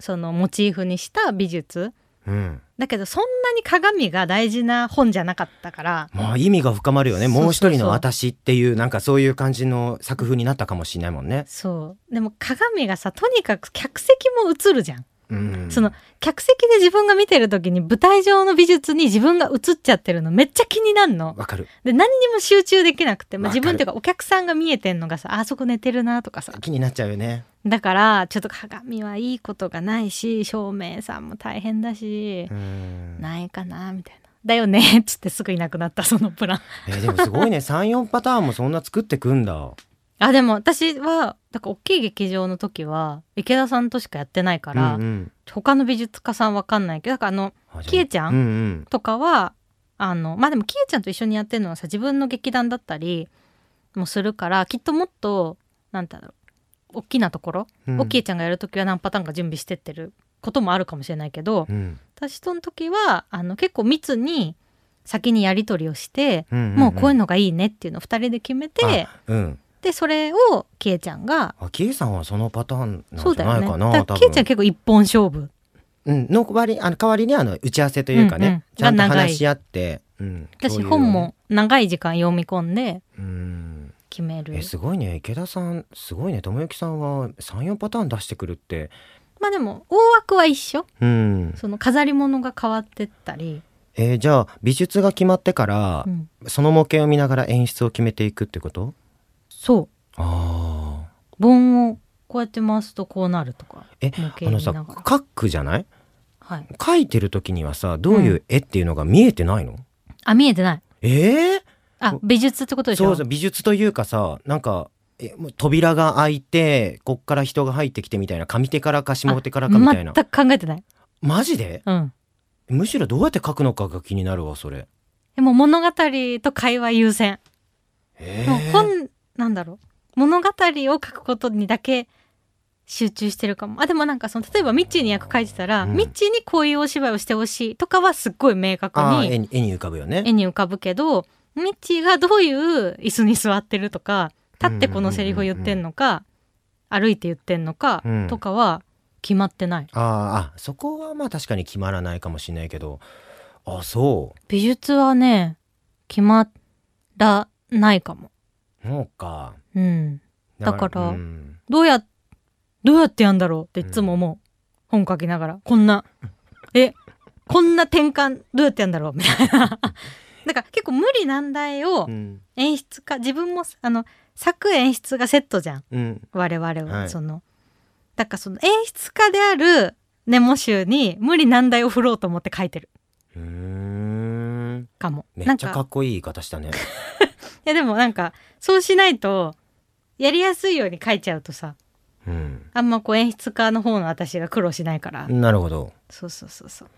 S2: そのモチーフにした美術
S1: うん
S2: だけどそんなに鏡が大事な本じゃなかったから
S1: まあ意味が深まるよね
S2: そうそうそう
S1: もう一人の私っていうなんかそういう感じの作風になったかもしれないもんね、
S2: そうでも鏡がさとにかく客席も映るじゃん
S1: うん、
S2: その客席で自分が見てる時に舞台上の美術に自分が映っちゃってるのめっちゃ気になるの。
S1: わかる
S2: で何にも集中できなくて、ま
S1: わ
S2: あ、
S1: か
S2: 自
S1: る
S2: 分っていうかお客さんが見えてんのがさあそこ寝てるなとかさ
S1: 気になっちゃうよね
S2: だからちょっと鏡はいいことがないし照明さんも大変だし
S1: う、ん
S2: ないかなみたいな。だよねっ つってすぐいなくなったそのプラン。
S1: えーでもすごいね34パターンもそんな作ってくんだ
S2: あでも私はだから大きい劇場の時は池田さんとしかやってないから、
S3: うんうん
S2: 他の美術家さんわかんないけどだからあの
S3: あじゃあ
S2: キエちゃ
S3: うん
S2: ん
S3: うん
S2: とかは、あのまあでもキエちゃんと一緒にやってるのはさ自分の劇団だったりもするからきっともっとなんて言うんだろう大きなところ
S3: うん
S2: をキエちゃんがやる時は何パターンか準備してってることもあるかもしれないけど、
S3: うん
S2: 私との時はあの結構密に先にやり取りをして、
S3: うんんん
S2: もうこういうのがいいねっていうのを2人で決めて
S3: あうん
S2: でそれをキエちゃんが
S3: あキエさんはそのパターンな
S2: そ
S3: ん
S2: う
S3: じ
S2: だよ
S3: ゃな
S2: ね
S3: い
S2: だ
S3: かな
S2: から
S3: 多分
S2: キエちゃん結構一本勝負
S3: うん、の代わりあの代わりにあの打ち合わせというかね、
S2: うんうん
S3: ちゃんと
S2: が長い
S3: 話し合って、うん、
S2: 私
S3: 共有をね
S2: 本も長い時間読み込んで
S3: うん
S2: 決める
S3: えすごいね池田さんすごいね友之さんは34パターン出してくるって
S2: まあでも大枠は一緒
S3: うん
S2: その飾り物が変わってったり、
S3: えーじゃあ美術が決まってから、
S2: うん
S3: その模型を見ながら演出を決めていくってこと
S2: そう
S3: ああ
S2: 盆をこうやって回すとこうなるとか
S3: え
S2: 模
S3: あ
S2: 型
S3: の
S2: 見
S3: さ
S2: ながら、
S3: カックじゃない
S2: はい、
S3: 描いてる時にはさどういう絵っていうのが見えてないの、
S2: あ見えてない
S3: えー
S2: あ美術ってことでし
S3: そ
S2: ょ
S3: うそう美術というかさなんかえもう扉が開いてこっから人が入ってきてみたいな上手からか下手からかみたいな
S2: 全く考えてない
S3: マジで
S2: うん
S3: むしろどうやって描くのかが気になるわそれ
S2: でも物語と会話優先
S3: え
S2: もう本なんだろう物語を書くことにだけ集中してるかもあでもなんかその例えばミッチーに役書いてたら、
S3: うん
S2: ミッチーにこういうお芝居をしてほしいとかはすっごい明確
S3: あー
S2: に
S3: 絵に絵に浮かぶよね
S2: 絵に浮かぶけどミッチーがどういう椅子に座ってるとか立ってこのセリフを言ってんのか、歩いて言ってんのか
S3: うん
S2: とかは決まってない、
S3: あーあそこはまあ確かに決まらないかもしれないけどあそ
S2: 美術はね決まらないかも
S3: うそうか
S2: うんだから
S3: うん
S2: どうや、どうやってやんだろうっていつも思う。本書きながら。こんな、え、こんな転換、どうやってやんだろうみたい な。だから結構無理難題を
S3: うん
S2: 演出家、自分も、あの、作演出がセットじゃん。
S3: うん
S2: 我々は。
S3: はい
S2: その、だからその演出家であるネモ集に無理難題を振ろうと思って書いてる
S3: うーん
S2: かも。
S3: めっち
S2: な
S3: ゃ
S2: ん
S3: か
S2: か、
S3: っこいい言い方したね
S2: いやでもなんか、そうしないと、やりやすいように書いちゃうとさ、
S3: うん
S2: あんまこう演出家の方の私が苦労しないから。
S3: なるほど
S2: そうそうそうそう。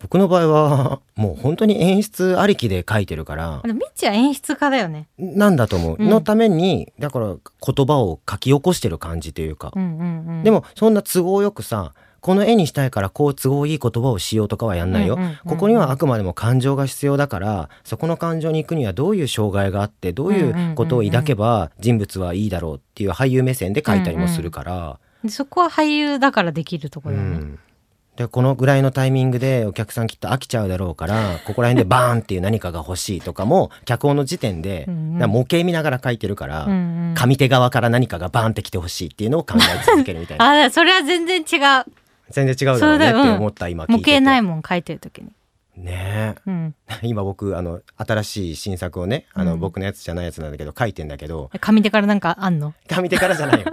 S3: 僕の場合はもう本当に演出ありきで描いてるから
S2: あでもミッチは演出家だよね。
S3: なんだと思う、
S2: うん
S3: のためにだから言葉を書き起こしてる感じというか、
S2: うんうんうん。
S3: でもそんな都合よくさこの絵にしたいからこう都合いい言葉をしようとかはやんないよ、
S2: うんうんうんうん
S3: ここにはあくまでも感情が必要だからそこの感情に行くにはどういう障害があってどういうことを抱けば人物はいいだろうっていう俳優目線で書いたりもするから、
S2: そこは俳優だからできるところだよね。
S3: うんでこのぐらいのタイミングでお客さんきっと飽きちゃうだろうからここら辺でバーンっていう何かが欲しいとかも脚本の時点で
S2: うんうん
S3: だから模型見ながら書いてるから、
S2: うんうん
S3: 上手側から何かがバーンってきてほしいっていうのを考え続ける みたいな
S2: あ、だからそれは全然違う。
S3: 全然違うだろ
S2: そううだ
S3: ねっ
S2: よ
S3: て思った今聞
S2: 模
S3: いてて
S2: 型ないもん書いてる時に。
S3: ね
S2: うん。
S3: え今僕あの新しい新作をねあの、
S2: うん
S3: 僕のやつじゃないやつなんだけど書いてんだけど
S2: 上手からなんかあんの。
S3: 上手からじ ゃないよ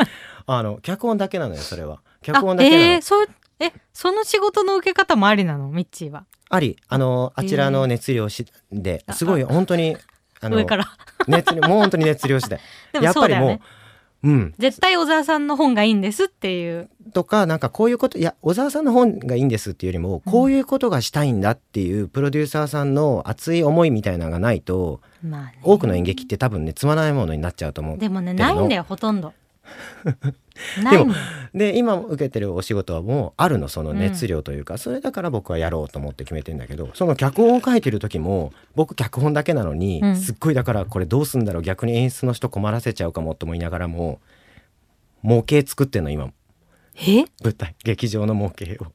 S3: あの脚本だけなのよそれは脚
S2: あ
S3: 本、だけなの
S2: えー、そう、え、その仕事の受け方もありなの、ミッチーは。
S3: ありあのあちら
S2: へ
S3: の
S2: え
S3: 熱量しで
S2: あ
S3: すごい本当にあの
S2: 上から。
S3: 熱量もう本当に熱量次第
S2: でも
S3: やっ
S2: そ
S3: ぱ
S2: う
S3: り
S2: だよ
S3: も
S2: ね。
S3: ううん
S2: 絶対小沢さんの本がいいんですっていう。
S3: とかなんかこういうこといや小沢さんの本がいいんですっていうよりもこういうことがしたいんだっていうプロデューサーさんの熱い思いみたいなのがないと
S2: まあね。
S3: 多くの演劇って多分ねつまらないものになっちゃうと思う。
S2: でもね、
S3: だ
S2: な
S3: け
S2: い
S3: ど
S2: んだよ、ほと んど。ないんだよ。
S3: で今受けてるお仕事はもうあるのその熱量というか、それだから僕はやろうと思って決めてんだけどその脚本を書いてる時も僕脚本だけなのに、
S2: うん
S3: すっごいだからこれどうすんだろう逆に演出の人困らせちゃうかもと思いながらも模型作ってんの今
S2: え
S3: 舞台劇場の模型を。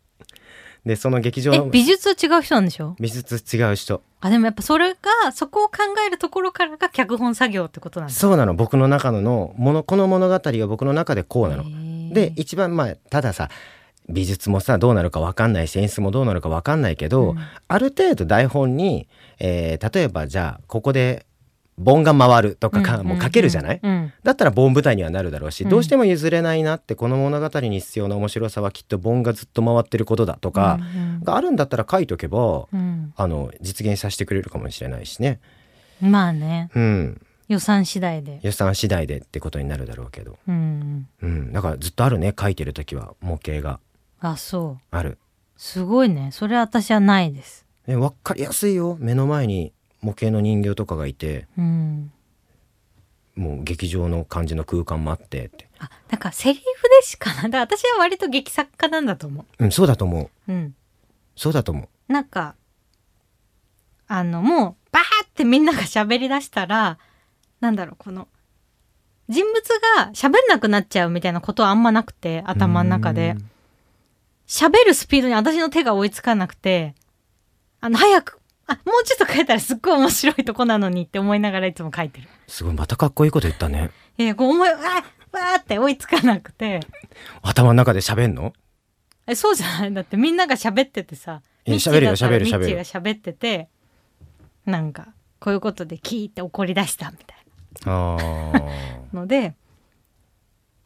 S3: でその劇場
S2: え、
S3: の
S2: 美術は違う人なんでしょ
S3: 美術違う人
S2: あでもやっぱそれがそこを考えるところからが脚本作業ってことなんだ
S3: そうなの僕の中のものこの物語は僕の中でこうなの
S2: へ。ー
S3: で一番まあたださ美術もさどうなるか分かんないし演出もどうなるか分かんないけど、
S2: うん
S3: ある程度台本に、えー例えばじゃあここで盆が回るとかか、
S2: んんん
S3: もう書けるじゃない、
S2: うん
S3: だったら盆舞台にはなるだろうし、
S2: うん
S3: どうしても譲れないなってこの物語に必要な面白さはきっと盆がずっと回ってることだとか、
S2: うん
S3: があるんだったら書いとけば
S2: うん
S3: あの実現させてくれるかもしれないしね。
S2: まあね
S3: うん、
S2: 世予算次第で。
S3: 予算次第でってことになるだろうけど、
S2: うん。
S3: うん、だからずっとあるね書いてる時は模型が
S2: あ、そう。
S3: ある
S2: すごいね。それ私はないです。
S3: え分かりやすいよ目の前に模型の人形とかがいて
S2: うん。
S3: もう劇場の感じの空間もあってって、
S2: あ、なんかセリフでしかな。だから私は割と劇作家なんだと思
S3: うん、そうだと思う
S2: う。うん。
S3: そうだと思う
S2: なんか、あの、もう、バーってみんなが喋り出したら、なんだろう、この、人物が喋んなくなっちゃうみたいなことはあんまなくて、頭の中で。喋るスピードに私の手が追いつかなくて、あの、早く、あ、もうちょっと書いたらすっごい面白いとこなのにって思いながらいつも書いてる。
S3: すごいまたかっこいいこと言ったね
S2: えこう思い、わーわーって追いつかなくて。
S3: 頭の中で喋んの
S2: え、そうじゃないだってみんなが喋っててさ。
S3: え
S2: ミッチー
S3: 喋るよ
S2: だったら
S3: 喋る
S2: ミ
S3: 喋る
S2: ッチーが喋ってて、なんか、こういうことでキーって怒り出したみたい
S3: あ
S2: なので、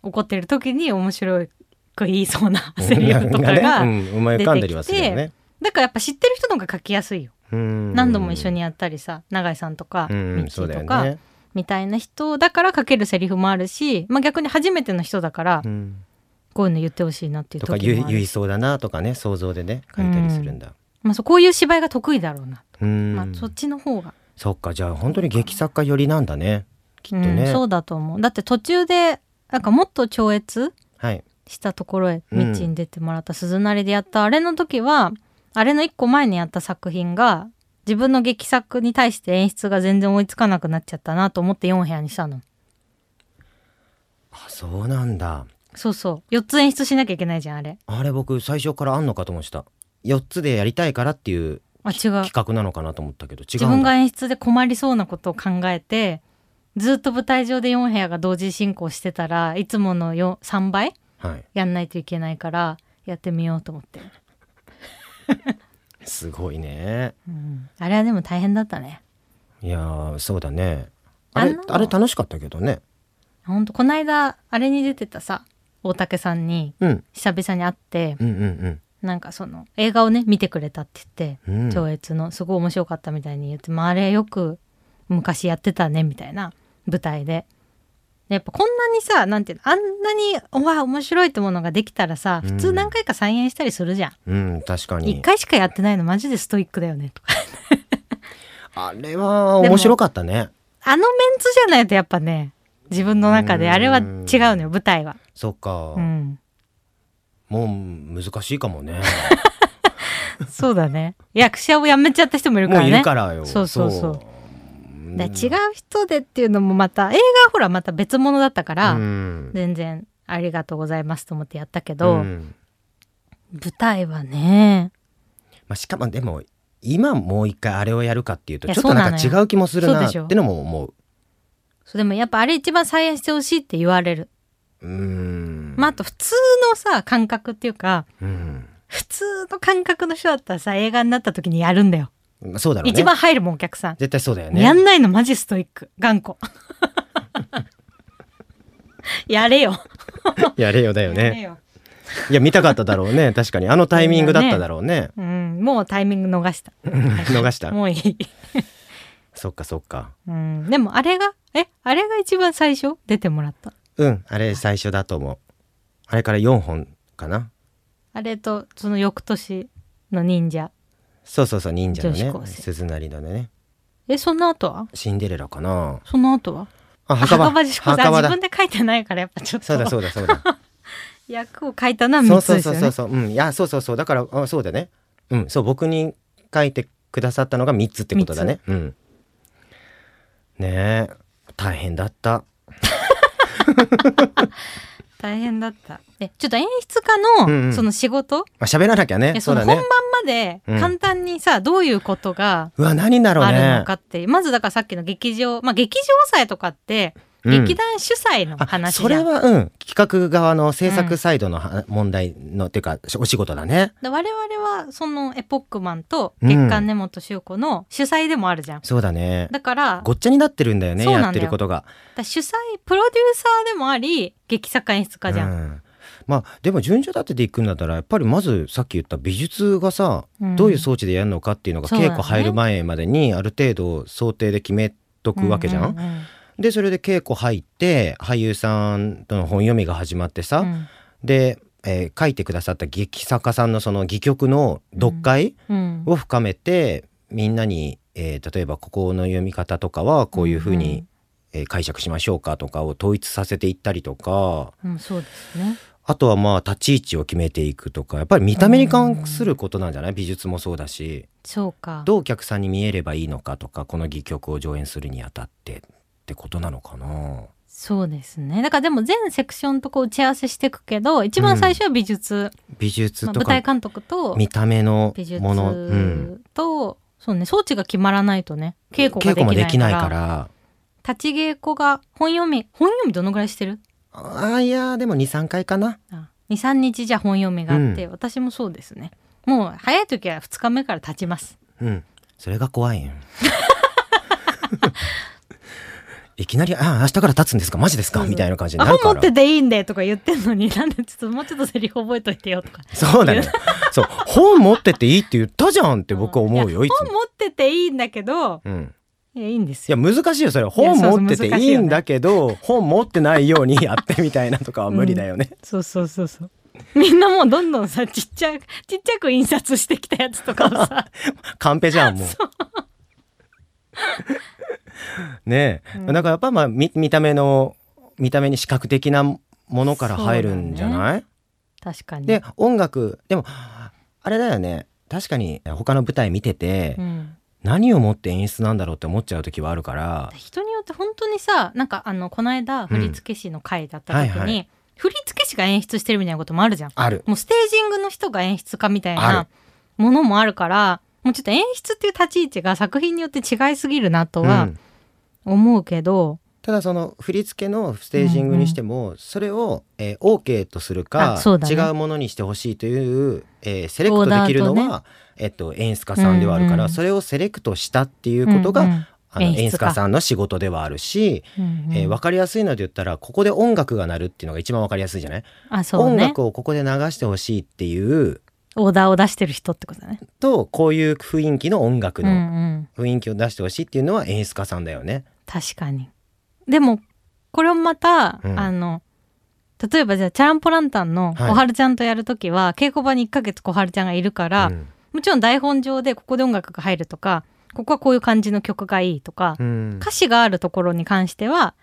S2: 怒ってる時に面白く言いそうな
S3: あ
S2: セリフとかが、
S3: ねうん、思い浮かんだりはするよね
S2: だからやっぱ知ってる人の方が書きやすいよ。
S3: うん
S2: 何度も一緒にやったりさ、永井さんとか、
S3: う
S2: ミ
S3: ん
S2: ッチ
S3: そうだ
S2: ー
S3: よ
S2: とか、
S3: ね
S2: みたいな人だから書けるセリフもあるし、まあ逆に初めての人だから
S3: う、ん
S2: こういうの言ってほしいなっていう
S3: と
S2: 時もある
S3: か言い言いそうだなとかね想像でね書いたりするんだ
S2: まあ、そうこういう芝居が得意だろうな、
S3: うん、
S2: まあ、そっちの方が、
S3: そっかじゃあ本当に劇作家寄りなんだねきっとね、
S2: うん、そうだと思うだって途中でなんかもっと超越
S3: はい
S2: したところへ
S3: うん
S2: 道に出てもらった鈴なりでやった、あれの時はあれの一個前にやった作品が自分の劇作に対して演出が全然追いつかなくなっちゃったなと思って4部屋にしたの
S3: あそうなんだ
S2: そうそう4つ演出しなきゃいけないじゃんあれ
S3: あれ僕最初からあんのかと思ってた4つでやりたいからっていう
S2: あ違う
S3: 企画なのかなと思ったけど違
S2: 自
S3: うん
S2: 分
S3: だ
S2: が演出で困りそうなことを考えてずっと舞台上で4部屋が同時進行してたらいつものよ3倍
S3: はい
S2: やんないといけないからやってみようと思って、
S3: すごいね
S2: うん、あれはでも大変だったね
S3: いやーそうだねあれ
S2: あの
S3: あれ楽しかったけどね
S2: ほんとこの間あれに出てたさ大竹さんに
S3: うん
S2: 久々に会って
S3: うんうん
S2: なんかその映画をね見てくれたって言って
S3: うんうん
S2: 超越のすごい面白かったみたいに言って、まあ、あれよく昔やってたねみたいな舞台で。でやっぱこんなにさなんていうのあんなにうわ面白いってものができたらさ
S3: うん
S2: 普通何回か再演したりするじゃん、
S3: うん確か
S2: 一1
S3: に
S2: 回しかやってないのマジでストイックだよねとか
S3: あれは面白かったね
S2: あのメンツじゃないとやっぱね自分の中であれは違うのよ舞台は、
S3: そっか、
S2: うん、
S3: もう難しいか もね
S2: そうだね役者を辞めちゃった人もいるか
S3: も
S2: ら
S3: う
S2: ね
S3: いるからよ
S2: そうそうそう
S3: うん
S2: だから違う人でっていうのもまた映画はほらまた別物だったから、
S3: ん
S2: 全然ありがとうございますと思ってやったけど、
S3: うん
S2: 舞台はね
S3: まあ、しかもでも今もう一回あれをやるかっていうと
S2: いや
S3: ちょっとなんか
S2: そうな
S3: 違う気もする
S2: そう
S3: な
S2: で
S3: っ
S2: してょ
S3: のも思う
S2: そうでもやっぱあれ一番再演してほしいって言われる、
S3: うーん
S2: まああと普通のさ感覚っていうか
S3: うん
S2: 普通の感覚の人だったらさ映画になった時にやるんだよ、
S3: まあそうだろうね
S2: 一番入るもんお客さん、
S3: 絶対そうだよね
S2: やんないのマジストイック頑 固やれよ
S3: やれよだよ
S2: やれ
S3: ね
S2: よ、
S3: いや見たかっただろ うね確かにあのタイミングだっただろうね
S2: うん、もうタイミング逃した
S3: 逃した
S2: もういい、
S3: そっかそっか
S2: うん、でもあれがえあれが一番最初出てもらった
S3: うんあれ最初だと思うあれから4本かな
S2: あれとその翌年の忍者
S3: そうそうそう忍者の
S2: 女子高
S3: ね
S2: 生
S3: 鈴なりのね
S2: えその後は
S3: シンデレラかな
S2: その後は
S3: あ
S2: 墓場でしょ
S3: 墓場
S2: 自
S3: だ
S2: 分で書いてないからやっぱちょっ
S3: そうだ
S2: と
S3: そうだそうだ
S2: 役を書いたのは
S3: そう
S2: 3つ
S3: そう
S2: です
S3: そ
S2: よ
S3: う
S2: ね
S3: そうそう、うん、いやそうそうそうだからあそうだねうんそう僕に書いてくださったのが3つってことだねうんねえ大変だった
S2: 大変だったえちょっと演出家の、
S3: うんうん
S2: その仕事
S3: まあ喋らなきゃ
S2: い
S3: ね
S2: や
S3: そ
S2: そうの
S3: だ
S2: 本番
S3: ね
S2: まで
S3: うん
S2: 簡単にさ、どういうことが
S3: うわ何だろう
S2: あるの
S3: ね
S2: かっていうまずだからさっきの劇場まあ劇場祭とかって、
S3: うん
S2: 劇団主催の
S3: あ
S2: 話
S3: そ
S2: じゃ
S3: れ
S2: ん
S3: はうん企画側の制作サイドのは、問題のっていうかお仕事だね
S2: で我々はそのエポックマンと
S3: うん
S2: 月刊根本修子の主催でもあるじゃん、
S3: そうだね
S2: だから
S3: ごっちゃになってるんだよね
S2: そうなんだよ
S3: やってることが
S2: だから主催プロデューサーでもあり劇作家演出家じゃ、
S3: うんんまあでも順序立てていくんだったらやっぱりまずさっき言った美術がさ
S2: うん
S3: どういう装置でやるのかっていうのが
S2: そうだね
S3: 稽古入る前までにある程度想定で決めとくわけじゃん。
S2: うんうんうん
S3: でそれで稽古入って俳優さんとの本読みが始まってさ、
S2: うん
S3: で、えー書いてくださった劇作家さんのその戯曲の読解
S2: うん
S3: を深めて、みんなに、えー例えばここの読み方とかはこういうふうに、
S2: うんうん
S3: えー解釈しましょうかとかを統一させていったりとか
S2: うん、そうですね。
S3: あとはまあ立ち位置を決めていくとかやっぱり見た目に関することなんじゃない美術もそうだし
S2: そうか。
S3: どうお客さんに見えればいいのかとかこの戯曲を上演するにあたってってことなのかな。
S2: そうですね。だからでも全セクションとこう打ち合わせしていくけど、一番最初は美術、
S3: 美術
S2: まあ
S3: と
S2: 舞
S3: か
S2: 台監督と
S3: 見た目の
S2: 美術
S3: もの、うん、
S2: と、そうね、装置が決まらないとね、稽古が
S3: 稽古もで
S2: で
S3: き
S2: きな
S3: ないい
S2: から。
S3: から。
S2: 立ち稽古が本読み、本読みどのぐらいしてる
S3: ああいやーでも23回かな
S2: あ ?2、3日じゃ本読みがあって、
S3: う
S2: 私もそうですね。もう早い時は2日目から立ちます。
S3: うんそれが怖いよ いきなり「ああ明日から立つんですかマジですか?」
S2: そうそう
S3: みたいな感じに
S2: あ
S3: なる
S2: 本
S3: か
S2: 持
S3: ら
S2: ってていいんでとか言ってんのに、 なんでちょっともうちょっとセリフ覚えといてよとか。
S3: そうだねそう本持ってていいって言ったじゃんって僕は思うよいつ
S2: 本
S3: も。
S2: 持ってていいんだけど、
S3: うん、
S2: いや、いいんです
S3: いや
S2: よ。
S3: 難しいよそれ
S2: いや
S3: 本
S2: そうそう
S3: 持ってていいんだけど、本持ってないようにやってみたいなと かは無理だよね、
S2: そうそうそうそう。みんなもうどんどんさ、ちっちゃい、ちっちゃく印刷してきたやつとかを さ、
S3: カンペじゃんもう。 ねえ、
S2: うん
S3: だからやっぱまあ見見た目の見た目に視覚的なものから入るんじゃない、
S2: 確かに。
S3: で音楽でもあれだよね確かに他の舞台見てて、
S2: うん、
S3: 何をもって演出なんだろうって思っちゃう時はあるから
S2: 人によって本当にさ、なんかあの、この間、振付師の会だった時に、
S3: はいはい
S2: 振付師が演出してるみたいなこともあるじゃん。
S3: ある
S2: もうステージングの人が演出家みたい
S3: あ
S2: な
S3: る
S2: ものもあるから、もうちょっと演出っていう立ち位置が作品によって違いすぎるなと
S3: う
S2: は
S3: ん
S2: 思うけど、
S3: ただその振り付けのステージングにしても、それを、えー、OK とするか
S2: あ、そうだね
S3: 違うものにしてほしいという、えーセレクトできるの
S2: オーダー
S3: は、えっと、演出家さんではあるから、
S2: うんうん
S3: それをセレクトしたっていうことが、
S2: うんうん
S3: あの
S2: 演出家
S3: 演出家さんの仕事ではあるし、
S2: うんうん
S3: えー、分かりやすいので言ったらここで音楽が鳴るっていうのが一番分かりやすいじゃない、
S2: あそう
S3: 音
S2: ね
S3: 楽をここで流してほしいっていう
S2: オーダーを出してる人ってことだね。
S3: とこういう雰囲気の音楽
S2: うんう
S3: の
S2: ん、
S3: 雰囲気を出してほしいっていうのは演出家さんだよね。
S2: 確かに。でもこれをまた、
S3: うん
S2: あの例えばじゃあチャランポランタンの
S3: はい
S2: 小春ちゃんとやるときは、稽古場に1ヶ月小春ちゃんがいるから、
S3: うん
S2: もちろん台本上でここで音楽が入るとかここはこういう感じの曲がいいとか、
S3: うん
S2: 歌詞があるところに関しては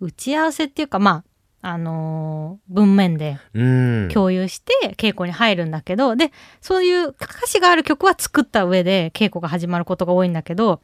S2: 打ち合わせっていうかまああのー文面で
S3: うん
S2: 共有して稽古に入るんだけど、でそういう歌詞がある曲は作った上で稽古が始まることが多いんだけど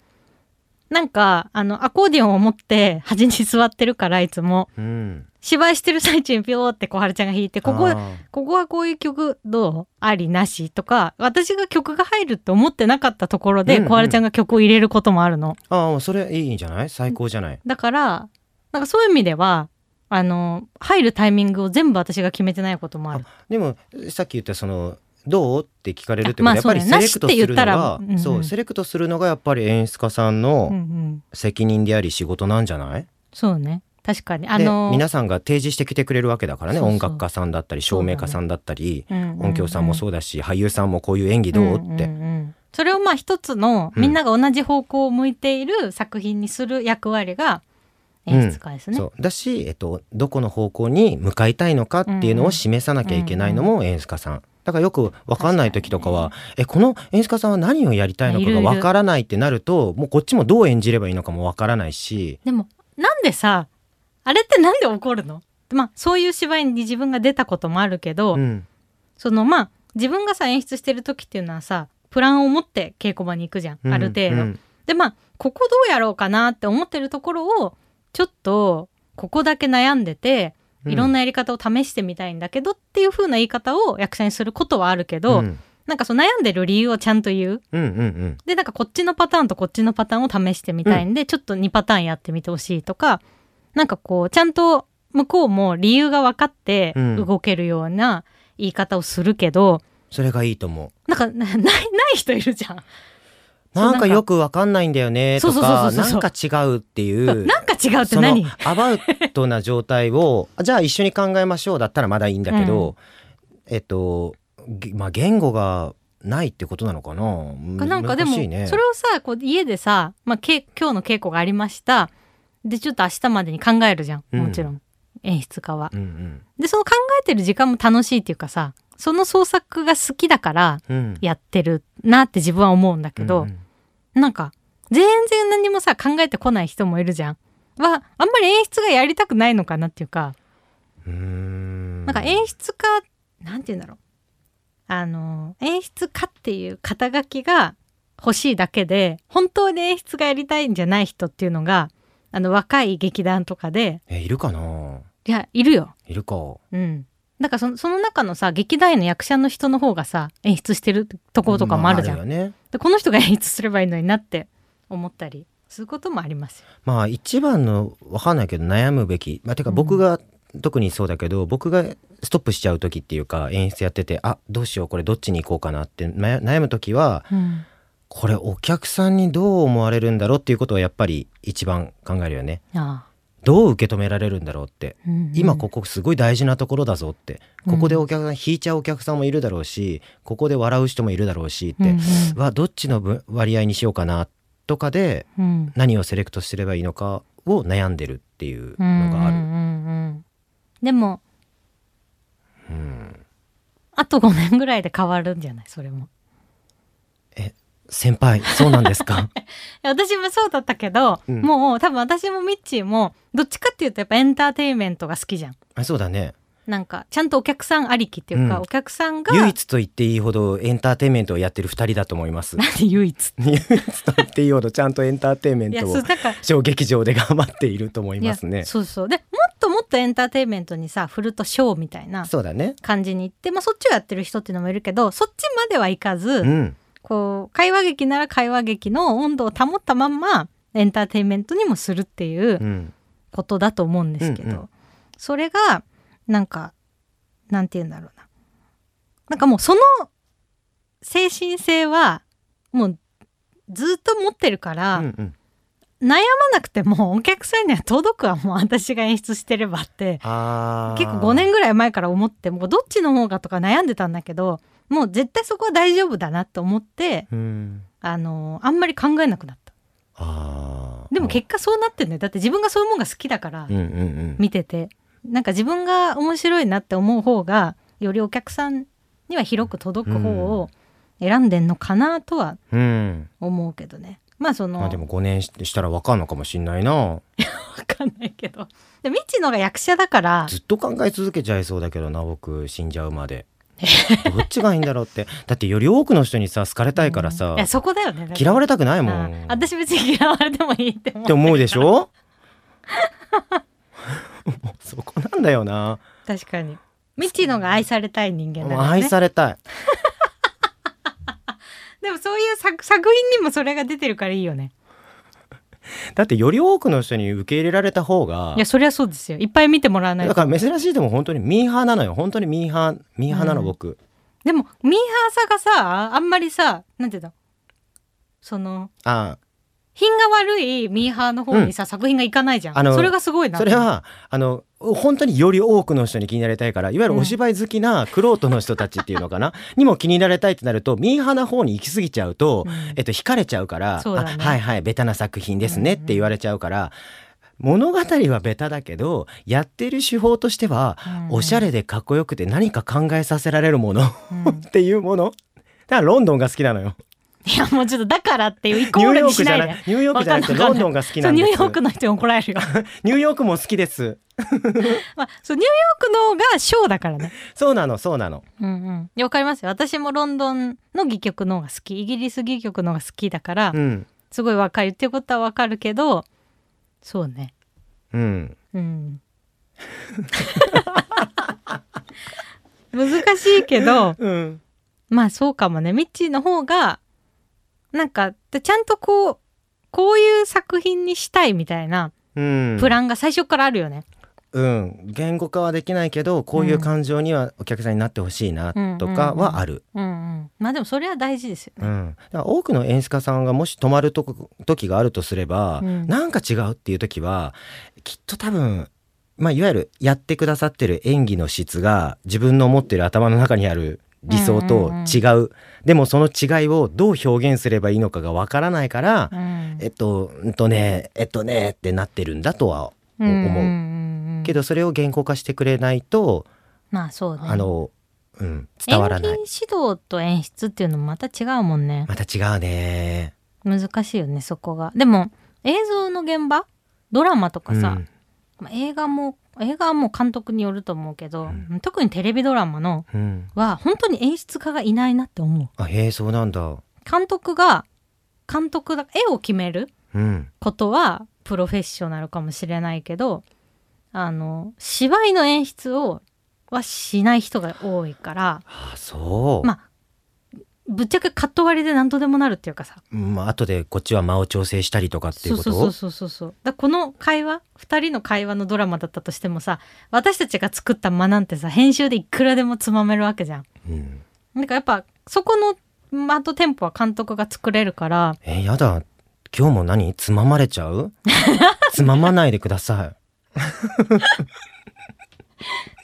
S2: なんかあのアコーディオンを持って端に座ってるからいつも
S3: うん
S2: 芝居してる最中にピョーって小春ちゃんが弾いてここ
S3: あー
S2: ここはこういう曲どうありなしとか私が曲が入ると思ってなかったところ
S3: う
S2: で
S3: んうん
S2: 小春ちゃんが曲を入れることもあるの。
S3: あーそれいいんじゃない最高じゃない、
S2: だからなんかそういう意味ではあの入るタイミングを全部私が決めてないこともある。
S3: でもさっき言ったそのどうって聞かれるってこと
S2: まあ
S3: はやっぱり
S2: そう
S3: セ
S2: ね
S3: レクトする
S2: なしって言
S3: のが
S2: ったらうんうん
S3: そうセレクトするのがやっぱり演出家さん
S2: うんう
S3: の
S2: ん、
S3: 責任であり仕事なんじゃない、
S2: そうね確かにあ
S3: で
S2: の
S3: 皆さんが提示してきてくれるわけだからね
S2: そうそう
S3: 音楽家さんだったり照明家さんだったり、音
S2: 音
S3: 響さんも
S2: う
S3: そうだし、俳優さんもこういう演技
S2: け
S3: どうって、
S2: それをまあ一つの
S3: うん
S2: みんなが同じ方向を向いている作品にする役割が演出家ですね。
S3: そうだし、えっと、どこの方向に向かいたいのかっていうのを示さなきゃいけないのも演出家さん。だからよく分かんない時とかはえこの演出家さんは何をやりたいのか
S2: いる
S3: が
S2: いる
S3: 分からないってなるともうこっちもどう演じればいいのかも分からないし
S2: でもなんでさあれってなんで起こるのまあそういう芝居に自分が出たこともあるけど、
S3: うん
S2: そのまあ自分がさ演出してる時っていうのはさプランを持って稽古場に行くじゃん、
S3: うん
S2: ある程度。
S3: うん
S2: でまあここどうやろうかなって思ってるところをちょっとここだけ悩んでて
S3: うん
S2: いろんなやり方を試してみたいんだけどっていう風な言い方を役者にすることはあるけど、
S3: うん
S2: なんかその悩んでる理由をちゃんと言う
S3: うんうん
S2: でなんかこっちのパターンとこっちのパターンを試してみたいんで、ちょっと2パターンやってみてほしいとかなんかこうちゃんと向こうも理由が分かって
S3: うん
S2: 動けるような言い方をするけど、
S3: それがいいと思
S2: なんかなないない人いるじゃん。
S3: う
S2: そう
S3: なんかよく分かんないんだよねと
S2: そうそう
S3: か
S2: そうそう
S3: な
S2: そうん
S3: か違うっ ていう
S2: なんか違うって
S3: その
S2: 何
S3: アバウトな状態をじゃあ一緒に考えましょうだったらまだいいんだけど、えっと、ぎまあ、言語がないってことなのかな
S2: なんかでも、
S3: 難しいね
S2: それをさこう家でさ、まあ、け今日の稽古がありましたでちょっと明日までに考えるじゃん
S3: うん
S2: もちろん、演出家は
S3: う。ん
S2: でその考えてる時間も楽しいっていうかさその創作が好きだから
S3: うんうん
S2: やってるなって自分は思うんだけど、
S3: うん
S2: なんか全然何もさ考えてこない人もいるじゃん。はあんまり演出がやりたくないのかなっていうか、
S3: うんうーん
S2: なんか演出家なんて言うんだろうあの演出家っていう肩書きが欲しいだけで本当に演出がやりたいんじゃない人っていうのがあの若い劇団とかで
S3: えいるかない
S2: やいるよ。
S3: いるかこ
S2: うんだからそのその中のさ劇団員の役者の人の方がさ演出してるとことかもあるじゃん、
S3: まあ、よね
S2: でこの人が演出すればいいのになって思ったりすることもありますよ。
S3: まあ一番のわかんないけど悩むべきまあてか僕が、特にそうだけど僕がストップしちゃう時っていうか演出やっててあどうしようこれどっちに行こうかなって悩悩む時は
S2: うん
S3: これお客さんにどう思われるんだろうっていうことをやっぱり一番考えるよね
S2: あ
S3: どう受け止められるんだろうって
S2: あうんうん
S3: 今ここすごい大事なところだぞって
S2: うん
S3: ここでお客さん引いちゃうお客さんもいるだろうしここで笑う人もいるだろうしっ
S2: うんうん
S3: てはどっちの分割合にしようかなとかで
S2: うん
S3: 何をセレクトすればいいのかを悩んでるってい
S2: う
S3: うのがある。
S2: んうんうんうんでも
S3: うん
S2: あと5年ぐらいで変わるんじゃないそれも。
S3: 先輩そうなんですか
S2: いや私もそうだったけど、
S3: うん
S2: もう多分私もミッチーもどっちかっていうとやっぱエンターテインメントが好きじゃん。
S3: あそうだね
S2: なんかちゃんとお客さんありきっていうか、
S3: うん
S2: お客さんが
S3: 唯一と言っていいほどエンターテインメントをやってる2人だと思います
S2: なんで唯一
S3: 唯一と言っていいほどちゃんとエンターテインメン
S2: いや
S3: ト
S2: そ
S3: を
S2: うだから
S3: 小劇場で頑張っていると思います
S2: い
S3: ね
S2: やそうそうでもっともっとエンターテインメントにさ振るとショーみたいな
S3: そうだね
S2: 感じに行って、まあ、そっちをやってる人っていうのもいるけどそっちまではいかず、
S3: うん
S2: こう会話劇なら会話劇の温度を保ったまんまエンターテインメントにもするっていううんことだと思うんですけど、
S3: うんうん
S2: それがなんかなんて言うんだろうななんかもうその精神性はもうずっと持ってるから、
S3: うんうん
S2: 悩まなくてもお客さんには届くはもう私が演出してればって
S3: あー
S2: 結構5年ぐらい前から思ってもうどっちの方がとか悩んでたんだけどもう絶対そこは大丈夫だなと思って
S3: うん
S2: あのーあんまり考えなくなった
S3: あー
S2: でも結果そうなってんねだって自分がそういうもんが好きだから
S3: うんうんうん
S2: 見ててなんか自分が面白いなって思う方がよりお客さんには広く届く方を選んでんのかなとは
S3: うん
S2: 思うけどねまあその
S3: まあでも5年ししたら分かんのかもしんないな
S2: わかんないけどで未知のが役者だから
S3: ずっと考え続けちゃいそうだけどな僕死んじゃうまでどっちがいいんだろうってだってより多くの人にさ好かれたいからさ
S2: いやそこだよね
S3: 嫌われたくない
S2: れ
S3: も
S2: なんあ私別に嫌われてもいいって
S3: って
S2: 思う
S3: 思うでしょ もうそこなんだよな
S2: 確かに未知のが愛されたい人間だ
S3: もう
S2: から
S3: 愛
S2: ね
S3: されたい
S2: でもそういう作作品にもそれが出てるからいいよね
S3: だってより多くの人に受け入れられた方が
S2: いやそりゃそうですよいっぱい見てもらわない
S3: だ
S2: と
S3: から珍しいでも本当にミーハーなのよ本当にミーハーミーハーなの
S2: うん
S3: 僕、
S2: でもミーハーさがさあんまりさなんていうのその
S3: あ
S2: 品が悪いミーハーの方にさ、作品がいかないじゃん
S3: あの
S2: それがすごい
S3: あ
S2: な
S3: それはあの本当により多くの人に気になりたいからいわゆるお芝居好きなクロートの人たちっていうのか な、にも気になりたいってなるとミーハーな方に行き過ぎちゃうと、
S2: うん
S3: えっと、惹かれちゃうから
S2: そうだね
S3: あはいはいベタな作品ですね
S2: う
S3: っ
S2: んうん
S3: て言われちゃうから、物語はベタだけどやってる手法としては
S2: うん
S3: おしゃれでかっこよくて何か考えさせられる ものっ
S2: うん
S3: ていうものだからロンドンが好きなのよ。
S2: いやもうちょっとだからっていうイコ
S3: ニュ
S2: ー
S3: ー
S2: ル
S3: ヨ
S2: に
S3: ーク
S2: し
S3: じ
S2: な
S3: ゃ
S2: い
S3: な
S2: で
S3: いニューヨークじゃなくて
S2: わかんない
S3: ロンドンが好
S2: そ
S3: きな
S2: うんニ
S3: で
S2: ュ
S3: す
S2: ーヨークの人に怒られるよ、
S3: ニューヨークも好きです
S2: まあ、そうニューヨークの方がショーだからね
S3: そうなのそうなの
S2: うんうんいやわかりますよ私もロンドンの戯曲の方が好きイギリス戯曲の方が好きだから、
S3: うん
S2: すごいわかるっていうことはわかるけどそうね
S3: うん
S2: うん 難しいけど
S3: うん
S2: まあそうかもねミッチーの方がなんかでちゃんとこうこういう作品にしたいみたいな
S3: うん
S2: プランが最初からあるよね。
S3: うん言語化はできないけどこういう感情にはお客さんになってほしいなとかはある、
S2: うんうん、まあでもそれは大事ですよ
S3: う
S2: ね。
S3: ん、だから多くの演出家さんがもし泊まるとこ時があるとすれば、
S2: うん
S3: なんか違うっていう時はきっと多分、まあ、いわゆるやってくださってる演技の質が自分の持ってる頭の中にある理想と違う,、でもその違いをどう表現すればいいのかがわからないから、
S2: うん
S3: えっとうんとねえっとねってなってるんだとは
S2: うんうんうん
S3: 思う。
S2: うん
S3: けどそれを言語化してくれないと
S2: まあそうね
S3: あの、うん、伝わらな
S2: 演
S3: い
S2: 技。指導と演出っていうのもまた違うもんね
S3: また違うね。
S2: 難しいよねそこがでも映像の現場ドラマとかさ、
S3: うん
S2: まあ映画も映画はもう監督によると思うけど、
S3: うん
S2: 特にテレビドラマの
S3: うん、
S2: は本当に演出家がいないなって思う
S3: あへえそうなんだ。
S2: 監督が監督が絵を決める
S3: うん、
S2: ことはプロフェッショナルかもしれないけどあの芝居の演出をはしない人が多いから
S3: あそう。
S2: まあぶっちゃけカット割りで何とでもなるっていうかさ
S3: うんまあ後でこっちは間を調整したりとかってい
S2: そうう
S3: こ
S2: そ
S3: と
S2: うそうそうそうそうだこの会話2人の会話のドラマだったとしてもさ私たちが作った間なんてさ編集でいくらでもつまめるわけじゃん。
S3: うん、
S2: なんかやっぱそこの間とテンポは監督が作れるから
S3: えやだ今日も何つままれち ゃうつままないでくださ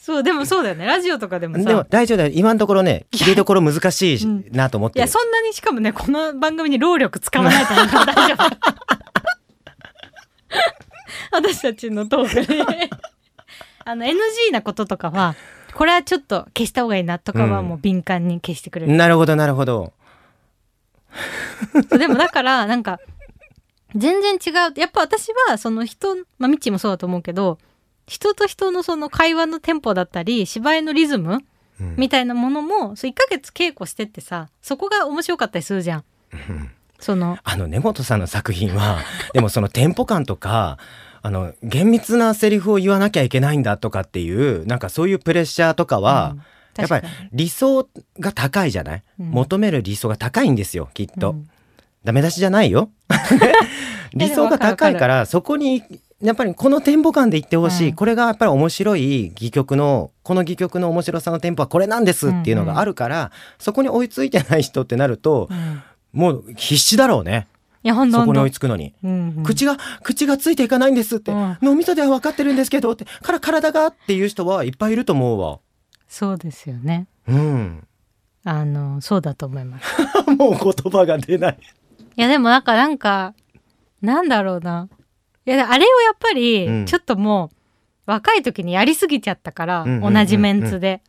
S2: そうでもそうだよねラジオとかでも
S3: い
S2: さ
S3: でも大丈夫だよ今のところね切りどころ難しいし
S2: うん
S3: なと思っ
S2: い
S3: てる
S2: やそんなにしかもねこの番組に労力使わないと思う から大丈夫私たちのトークで あの NG なこととかはこれはちょっと消した方がいいなとかはもう敏感に消してくれる、
S3: なるほどなるほど
S2: そうでもだからなんか全然違うやっぱ私はその人まあミッチーもそうだと思うけど人と人のその会話のテンポだったり芝居のリズム
S3: うん
S2: みたいなものもそう1ヶ月稽古してってさそこが面白かったりするじゃん。その
S3: あの根本さんの作 品はでもそのテンポ感とかあの厳密なセリフを言わなきゃいけないんだとかっていうなんかそういうプレッシャーとかは、
S2: うん
S3: やっぱり
S2: 確かに
S3: 理想が高いじゃない、
S2: うん
S3: 求める理想が高いんですよきっと、
S2: うん
S3: ダメ出しじゃないよ理想が高いからそこにやっぱりこのテンポ感で言ってほしい、
S2: うん
S3: これがやっぱり面白い戯曲のこの戯曲の面白さのテンポはこれなんですっていうのがあるから、そこに追いついてない人ってなると
S2: うん
S3: もう必死だろうね
S2: いやほんと
S3: そ
S2: ほ
S3: こ
S2: ん
S3: に
S2: と
S3: 追いつくのに。
S2: うんうん
S3: 口が口がついていかないんですって、
S2: うん
S3: 脳みそでは分かってるんですけどってから体がっていう人はいっぱいいると思うわ。
S2: そうですよね
S3: うん、
S2: あのそうだと思います
S3: もう言葉が出ない。
S2: いやでもなんかなんかなんだろうないやあれをやっぱ
S3: う
S2: り
S3: ん
S2: ちょっともう若い時にやりすぎちゃったから、
S3: うんうんうんうん
S2: 同じメンツで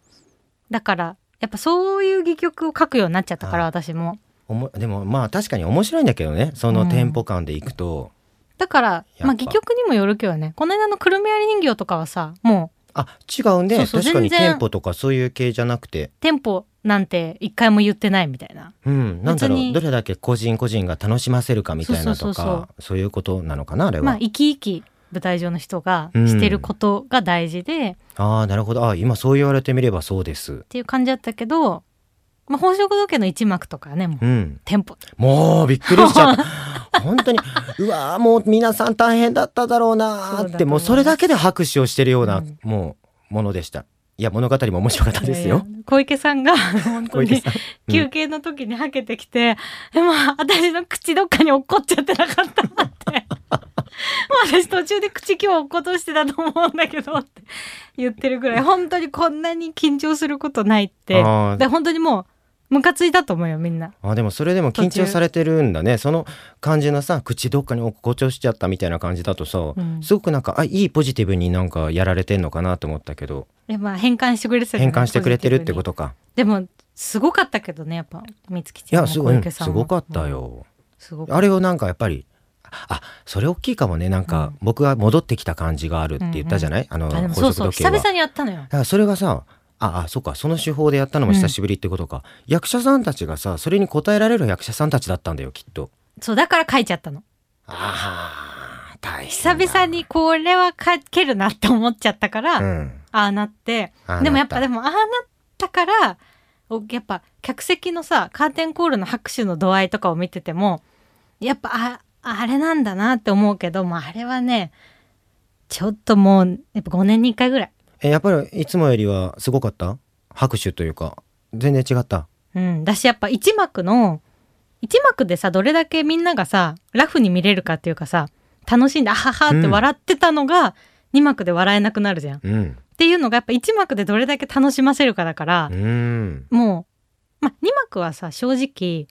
S2: だからやっぱそういう戯曲を書くようになっちゃったから
S3: あ
S2: 私も
S3: おもでもまあ確かに面白いんだけどねそのテンポ感でいくと、
S2: だから
S3: ぱ
S2: まあ戯曲にもよるけどねこの間のくるみ割り人形とかはさも
S3: あ違うんね
S2: そうそう
S3: 確かに
S2: 全
S3: テ
S2: 然
S3: ンポとかそういう系じゃなくて
S2: う、テンポなんて一回も言ってないみたいな
S3: うん、なんだろ
S2: 別
S3: う
S2: に
S3: どれだけ個人個人が楽しませるかみたいな
S2: そ
S3: と
S2: うそうそうそ
S3: かそういうことなのかなあれは、
S2: まあ生き生き舞台上の人がしてることが大事で、
S3: ああなるほどあ今そう言われてみればそうです
S2: っていう感じだったけど、まあ、宝飾時計の一幕とかねもう、
S3: うん
S2: テンポ
S3: もうびっくりしちゃった 本当にうわーもう皆さん大変だっただろうなー
S2: そう
S3: っ
S2: だと
S3: て
S2: 思い
S3: も
S2: ま
S3: う
S2: す
S3: それだけで拍手をしてるような、
S2: うん
S3: もうものでしたいや物語も面白かったです
S2: いや
S3: よ
S2: いや小池さんが本当
S3: 小池
S2: に
S3: さんうん
S2: 休憩の時にはけてきて「でも私の口どっかに落っこっちゃってなかった」って もう私途中で口今日落っことしてたと思うんだけどって言ってるぐらい本当にこんなに緊張することないって
S3: あー
S2: で本当にもうムカついたと思うよみんな。
S3: あでもそれでも緊張されてるんだねその感じのさ口どっかに誇張しちゃったみたいな感じだとさ、
S2: うん
S3: すごくなんかあいいポジティブになんかやられてんのかなと思ったけど
S2: でまあ変換してくれてたじゃ
S3: 変
S2: ない
S3: 換してくれてるって
S2: ポジティ
S3: こ。
S2: ブに
S3: とか
S2: でもすごかったけどねやっぱ美月
S3: い
S2: ちゃんも
S3: やすご
S2: 小
S3: い、
S2: 池さん
S3: す
S2: も
S3: ごかった。よ、
S2: すご
S3: あれをなんかやっぱりあそれ大きいかもねなんか僕が戻ってきた感じがあるって言ったじゃない、
S2: あ
S3: あ
S2: で
S3: の
S2: もそ
S3: 高
S2: う
S3: 速
S2: そう
S3: 時計は
S2: 久々にやったのよ
S3: だ。からそれがさああそうかその手法でやったのも久しぶりってことか、役者さんたちがさそれに応えられる役者さんたちだったんだよきっと
S2: そうだから書いちゃったの。
S3: ああ大変だ
S2: 久々にこれは書けるなって思っちゃったから、あ
S3: ん、
S2: あなって
S3: ああなった
S2: でもやっぱでもああなったからおやっぱ客席のさカーテンコールの拍手の度合いとかを見ててもやっぱああれなんだなって思うけどもうあれはねちょっともうやっぱ5年に1回ぐらい。
S3: えやっぱりいつもよりはすごかった拍手というか全然違った
S2: うん、だしやっぱ一幕の一幕でさどれだけみんながさラフに見れるかっていうかさ楽しんで「あはは」って笑ってたのが、二幕で笑えなくなるじゃん。っ
S3: うん
S2: ていうのがやっぱ一幕でどれだけ楽しませるかだから
S3: う、ん
S2: もう、まあ、二幕はさ正直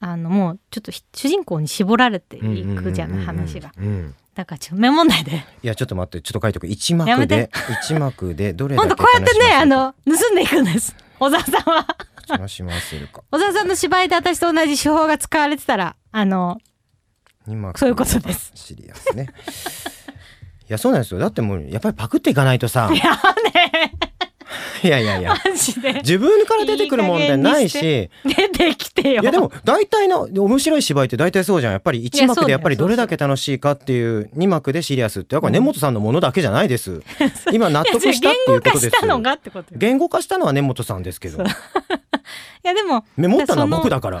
S2: あのもうちょっとひ主人公に絞られていくじゃない話が。
S3: うんうんうんうん
S2: だからちょっとメモんないで
S3: いやちょっと待ってちょっと書いておく一
S2: や
S3: 幕
S2: めて
S3: で一幕でどれだ
S2: 本
S3: け
S2: 当こうやってねあ
S3: 楽
S2: の盗んでいくんです小沢さんは
S3: しませるか
S2: 小沢さんの芝居で私と同じ手法が使われてたらあの
S3: 楽しませるか今
S2: そういうことです
S3: シリアスねいやそうなんですよだってもうやっぱりパクっていかないとさ
S2: いやね
S3: いやいやいや
S2: マジで
S3: 自分から出てくるもんってないし
S2: いい加出てきてよ
S3: いやで も大体の面白い芝居って大体そうじゃんやっぱり1
S2: いやそう
S3: 幕
S2: だ
S3: で
S2: よ
S3: やっぱりどれだけ楽しいかっていう2幕でシリアスってだから根本さんのものだけじゃないです、 今納得したっていうことです
S2: 言語化したのがってことよ
S3: 言語化したのは根本さんですけど
S2: そういやでも
S3: メモったのは僕だから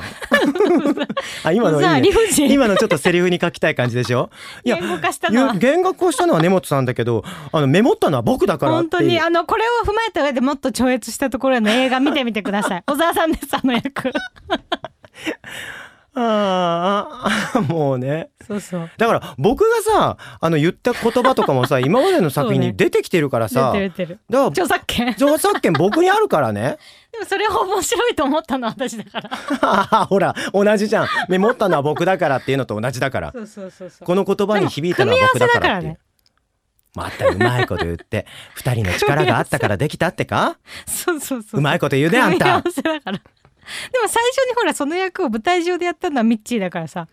S3: あ 今のいい
S2: さあ
S3: ね
S2: 理不尽
S3: 今のちょっとセリフに書きたい感じでしょいや
S2: 言語化したのは
S3: ゆ言語化したのは根本さんだけどあのメモったのは僕だからっ
S2: 本
S3: ていう
S2: 当にあのこれを踏まえた上でもっと超越したところの映画見てみてくださ い小沢さんですあの役
S3: あーあもうね
S2: そうそう
S3: だから僕がさあの言った言葉とか もさ今までの作品
S2: そうね
S3: に出てきてるから
S2: 出
S3: さ、
S2: てる出てる
S3: だから
S2: 著作権で
S3: 著作権僕にあるからね
S2: もそれを面白いと思ったのは私だから
S3: ほら同じじゃんメモったのは僕だからっていうのと同じだから
S2: そうそうそうそう
S3: この言葉に響いたのは僕だからって
S2: で
S3: い
S2: も組み合わせだから
S3: う
S2: ね。
S3: またうまいこと言って二人の力があったからできたって か
S2: そうそうそう
S3: うまいこと言うねあ
S2: 組
S3: ん
S2: み合
S3: た
S2: わせだからでも最初にほらその役を舞台上でやったのはミッチーだからさ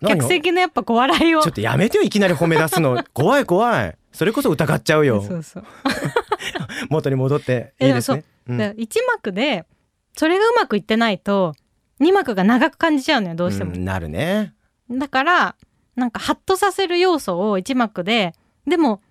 S3: 何
S2: 客
S3: をち
S2: 席のやっぱこう笑いを
S3: ょっとやめてよいきなり褒め出 すの怖い怖いそれこそ疑っちゃうよ
S2: そうそう
S3: 元に戻っていいですねう
S2: だ
S3: ん
S2: から一幕でそれがうまくいってないと二幕が長く感じちゃうのよどうしても、
S3: うんなるね
S2: だからなんかハッとさせる要素を一幕ででも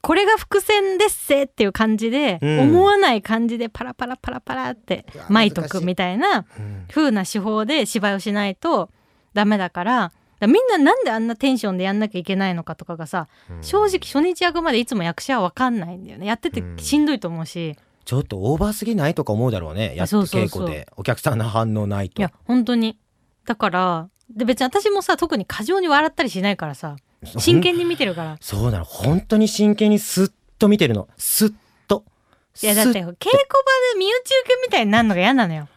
S2: これが伏線ですせっていう感じで、
S3: うん
S2: 思わない感じでパラパラパラパラって
S3: うわ
S2: まいとくみたいな
S3: うん
S2: 風な手法で芝居をしないとダメだからだからみんななんであんなテンションでやんなきゃいけないのかとかがさ
S3: うん
S2: 正直初日役までいつも役者は分かんないんだよねやってて
S3: うん
S2: しんどいと思うし、
S3: ちょっとオーバーすぎないとか思うだろうねやっ
S2: そうそう
S3: 稽
S2: そう
S3: 古でお客さんの反応ない
S2: い
S3: と
S2: や本当にだからで別に私もさ特に過剰に笑ったりしないからさ
S3: そ
S2: 真剣に見てるから
S3: そうなの本当に真剣にスッと見てるのスッと
S2: いやだって稽古場で身内受けみたいになるのが嫌なのよ、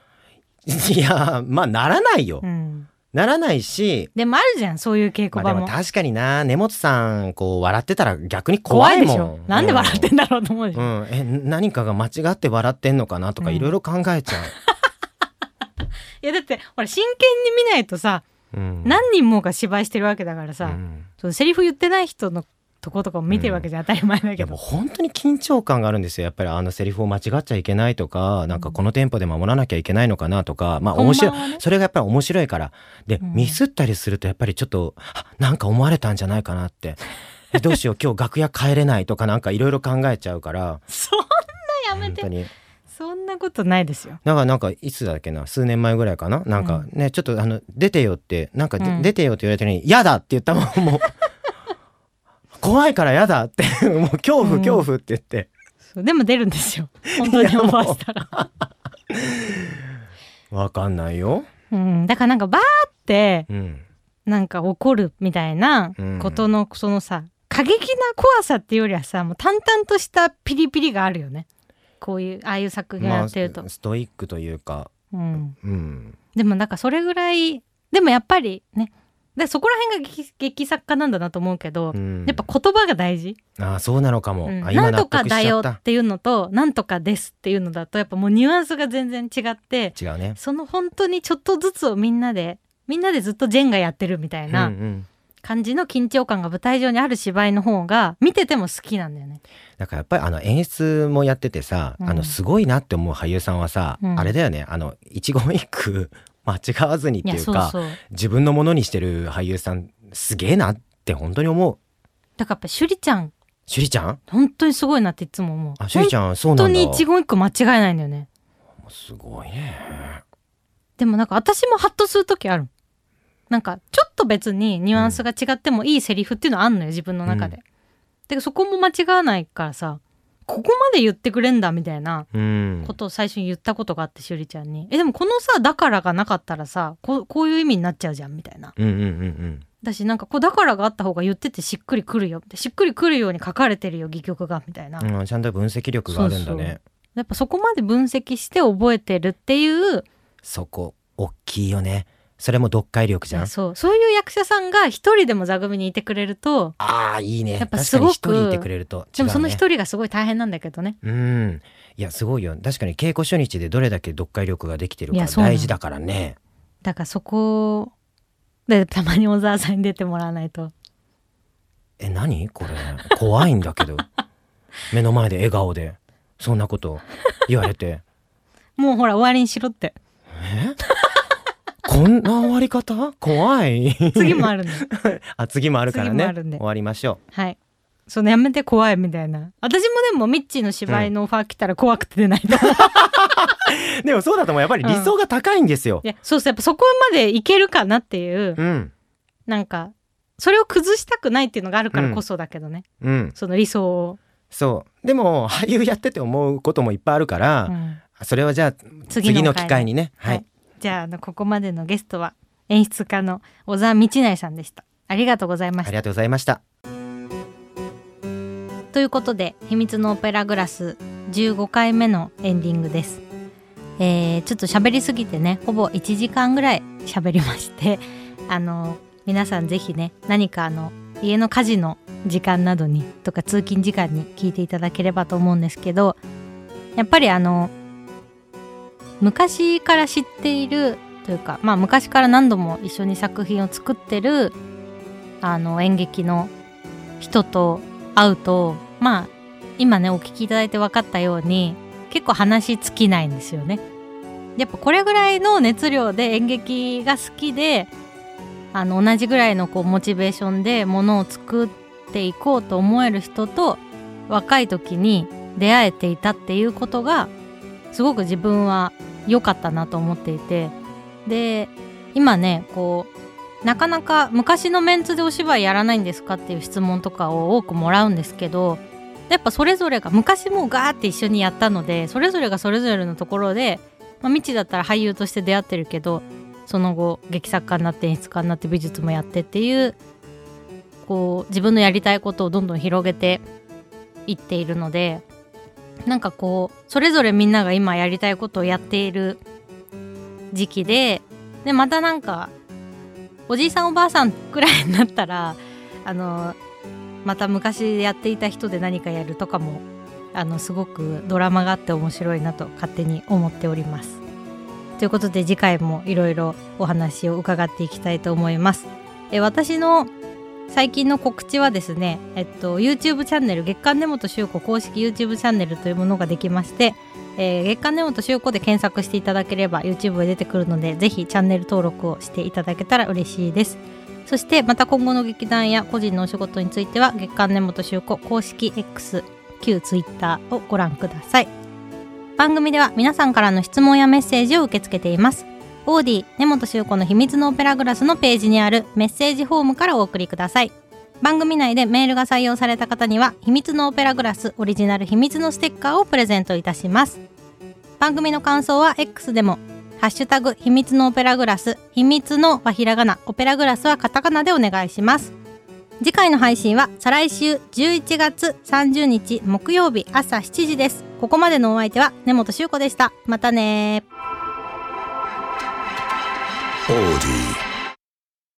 S3: す いやまあならないよ、
S2: うん、
S3: ならないし
S2: でもあるじゃんそういう稽
S3: ま
S2: 古
S3: あで
S2: 場も
S3: も確かにな根本さんこう笑ってたら逆に怖
S2: 怖いで
S3: いも
S2: し
S3: ん
S2: ょなんで笑ってんだろうと思うでし
S3: う
S2: ょ
S3: ん、うんえ何かが間違って笑ってんのかなとか
S2: うん
S3: いろいろ考えちゃ
S2: いやだってほら真剣に見ないとさ
S3: う、うん、
S2: 何人もが芝居してるわけだからさ、
S3: うん
S2: そのセリフ言ってない人のとことかも見てるわけじゃん当たり前だ
S3: い
S2: け
S3: やもう
S2: ど
S3: 本当に緊張感があるんですよやっぱりあのセリフを間違っちゃいけないとかなんかこのテンポで守らなきゃいけないのかなとかまあ面白い
S2: 本番はね
S3: それがやっぱり面白いからで、
S2: うん
S3: ミスったりするとやっぱりちょっとあなんか思われたんじゃないかなって えどうしよう今日楽屋帰れないとかなんかいろいろ考えちゃうから
S2: そんなやめ
S3: 本当
S2: て
S3: に
S2: そんなことないですよ
S3: だからなんかいつだっけな数年前ぐらいかななんかね、ちょっとあの出てよってなんかで、
S2: うん
S3: 出てよって言われたのに「嫌だ!」って言ったもんもう怖いから嫌だって もう恐
S2: うん
S3: 怖恐怖って言って。
S2: そうでも出るんです よ本当に思わせたら
S3: わかんないよ。
S2: うん、だからなんかバーって
S3: うん。
S2: なんか怒るみたいなことのそのさ過激な怖さっていうよりはさもう淡々としたピリピリがあるよねこういうああいう作品や
S3: まあ、
S2: っ
S3: ス
S2: てると、
S3: トイックというか、
S2: うん、
S3: うん。
S2: でもなんかそれぐらいでもやっぱりねでそこら辺が劇劇作家なんだなと思うけど、
S3: うん
S2: やっぱ言葉が大事、
S3: ああそうなのかも。
S2: うん
S3: あ
S2: なんとかだよ
S3: 納得
S2: っ
S3: して
S2: いうのとなんとかですっていうのだとやっぱもうニュアンスが全然違って
S3: ちゃった違うね。
S2: その本当にちょっとずつをみんなでみんなでずっとジェンガやってるみたいな、
S3: うんうん
S2: 感じの緊張感が舞台上にある芝居の方が見てても好きなんだよね。
S3: だからやっぱりあの演出もやっててさ、
S2: うん
S3: あのすごいなって思う俳優さんはさ、
S2: うん
S3: あれだよねあの一言一句 間違わずにっ
S2: い
S3: て
S2: や
S3: いう
S2: そ
S3: か
S2: うそう。
S3: 自分のものにしてる俳優さんすげえなって本当に思う。
S2: だからやっぱ趣里ちゃん
S3: しゅりちゃん
S2: 本当にすごいなっていつも思う。
S3: あしゅりちゃんそう
S2: 本
S3: な
S2: 当
S3: んだ。
S2: に一言一句間違えないんだよね。
S3: すごいね。
S2: でもなんか私もハッとする時ある。なんかちょっと別にニュアンスが違ってもいいセリフっていうのはあんのよ自分の中で。でそこも間違わないからさここまで言ってくれんだみたいな
S3: うん
S2: こ。とを最初に言ったことがあって趣里ちゃんに。えでもこのさ「だから」がなかったらさこうこういう意味になっちゃうじゃんみたいな。
S3: うんうんうんうん。
S2: だしなんかこうだからがあった方が言っててしっくりくるよみたいなしっくりくるように書かれてるよ戯曲がみたいな、や
S3: うん、ちゃんと分析力があるんだね。
S2: そうそうっぱそこまで分析して覚えてるっていう
S3: そこ大きいよねそれも読解力じゃん
S2: そうそういう役者さんが一人でも座組にいてくれると
S3: あーいいね
S2: やっぱ
S3: 確
S2: す
S3: か
S2: ごく
S3: に一人いてくれると、
S2: でもその
S3: 違うね
S2: 一人がすごい大変なんだけどね
S3: うんいやすごいよ確かに稽古初日でどれだけ読解力ができてる
S2: い
S3: か
S2: やそうなの
S3: 大事だからね
S2: だからそこでたまに小沢さんに出てもらわないと
S3: え何これ怖いんだけど目の前で笑顔でそんなこと言われて
S2: もうほら終わりにしろって
S3: えこんな終わり方怖い
S2: 次もあるの
S3: あ次もあるから
S2: 次
S3: ね
S2: もあるんで
S3: 終わりましょ
S2: はいそのやめて怖いみたいな私もでもミッチーの芝居のオファー来たら怖くて出ないと思う、
S3: うでもそうだともやっぱり理想が高いんですよ、
S2: いやそうそうやっぱそこまでいけるかなっていう、
S3: うん
S2: なんかそれを崩したくないっていうのがあるからこそだけどね、
S1: 嗯
S3: うん、
S2: その理想を、
S3: そうでも俳優やってて思うこともいっぱいあるから、
S2: うん
S3: それはじゃあ
S2: 次の
S3: 次の機会にね
S2: は
S3: はいい、
S2: じゃああのここまでのゲストは演出家の小沢道内さんでしたありがとうございま
S3: あ
S2: し
S3: り
S2: た
S3: がとうございました
S2: ということで「秘密のオペラグラス」15回目のエンディングですえーちょっと喋りすぎてねほぼ1時間ぐらい喋りまして あの皆さんぜひね何かあの家の家事の時間などにとか通勤時間に聞いていただければと思うんですけどやっぱりあの昔から知っているというか、まあ、昔から何度も一緒に作品を作ってるあの演劇の人と会うとまあ今ねお聞きいただいて分かったように結構話尽きないんですよね。やっぱこれぐらいの熱量で演劇が好きであの同じぐらいのこうモチベーションでものを作っていこうと思える人と若い時に出会えていたっていうことがすごく自分は良かったなと思っていてで今ねこうなかなか昔のメンツでお芝居やらないんですかっていう質問とかを多くもらうんですけどやっぱそれぞれが昔もうガーって一緒にやったのでそれぞれがそれぞれのところで、まあ、未知だったら俳優として出会ってるけどその後劇作家になって演出家になって美術もやってっていうこう自分のやりたいことをどんどん広げていっているのでなんかこうそれぞれみんなが今やりたいことをやっている時期ででまたなんかおじいさんおばあさんくらいになったらあのまた昔やっていた人で何かやるとかもあのすごくドラマがあって面白いなと勝手に思っております。ということで次回もいろいろお話を伺っていきたいと思います。え私の最近の告知はですね、えっと、YouTube チャンネル月刊根本修子公式 YouTube チャンネルというものができまして、えー月刊根本修子で検索していただければ YouTube が出てくるのでぜひチャンネル登録をしていただけたら嬉しいですそしてまた今後の劇団や個人のお仕事については月刊根本修子公式 X 旧 Twitter をご覧ください番組では皆さんからの質問やメッセージを受け付けていますオーディ根本修子の秘密のオペラグラスのページにあるメッセージフォームからお送りください番組内でメールが採用された方には秘密のオペラグラスオリジナル秘密のステッカーをプレゼントいたします番組の感想は X でも「ハッシュタグ秘密のオペラグラス」「秘密の」はひらがな「オペラグラス」はカタカナでお願いします次回の配信は再来週11月30日木曜日朝7時ですここまでのお相手は根本修子でしたまたねー
S1: Audi.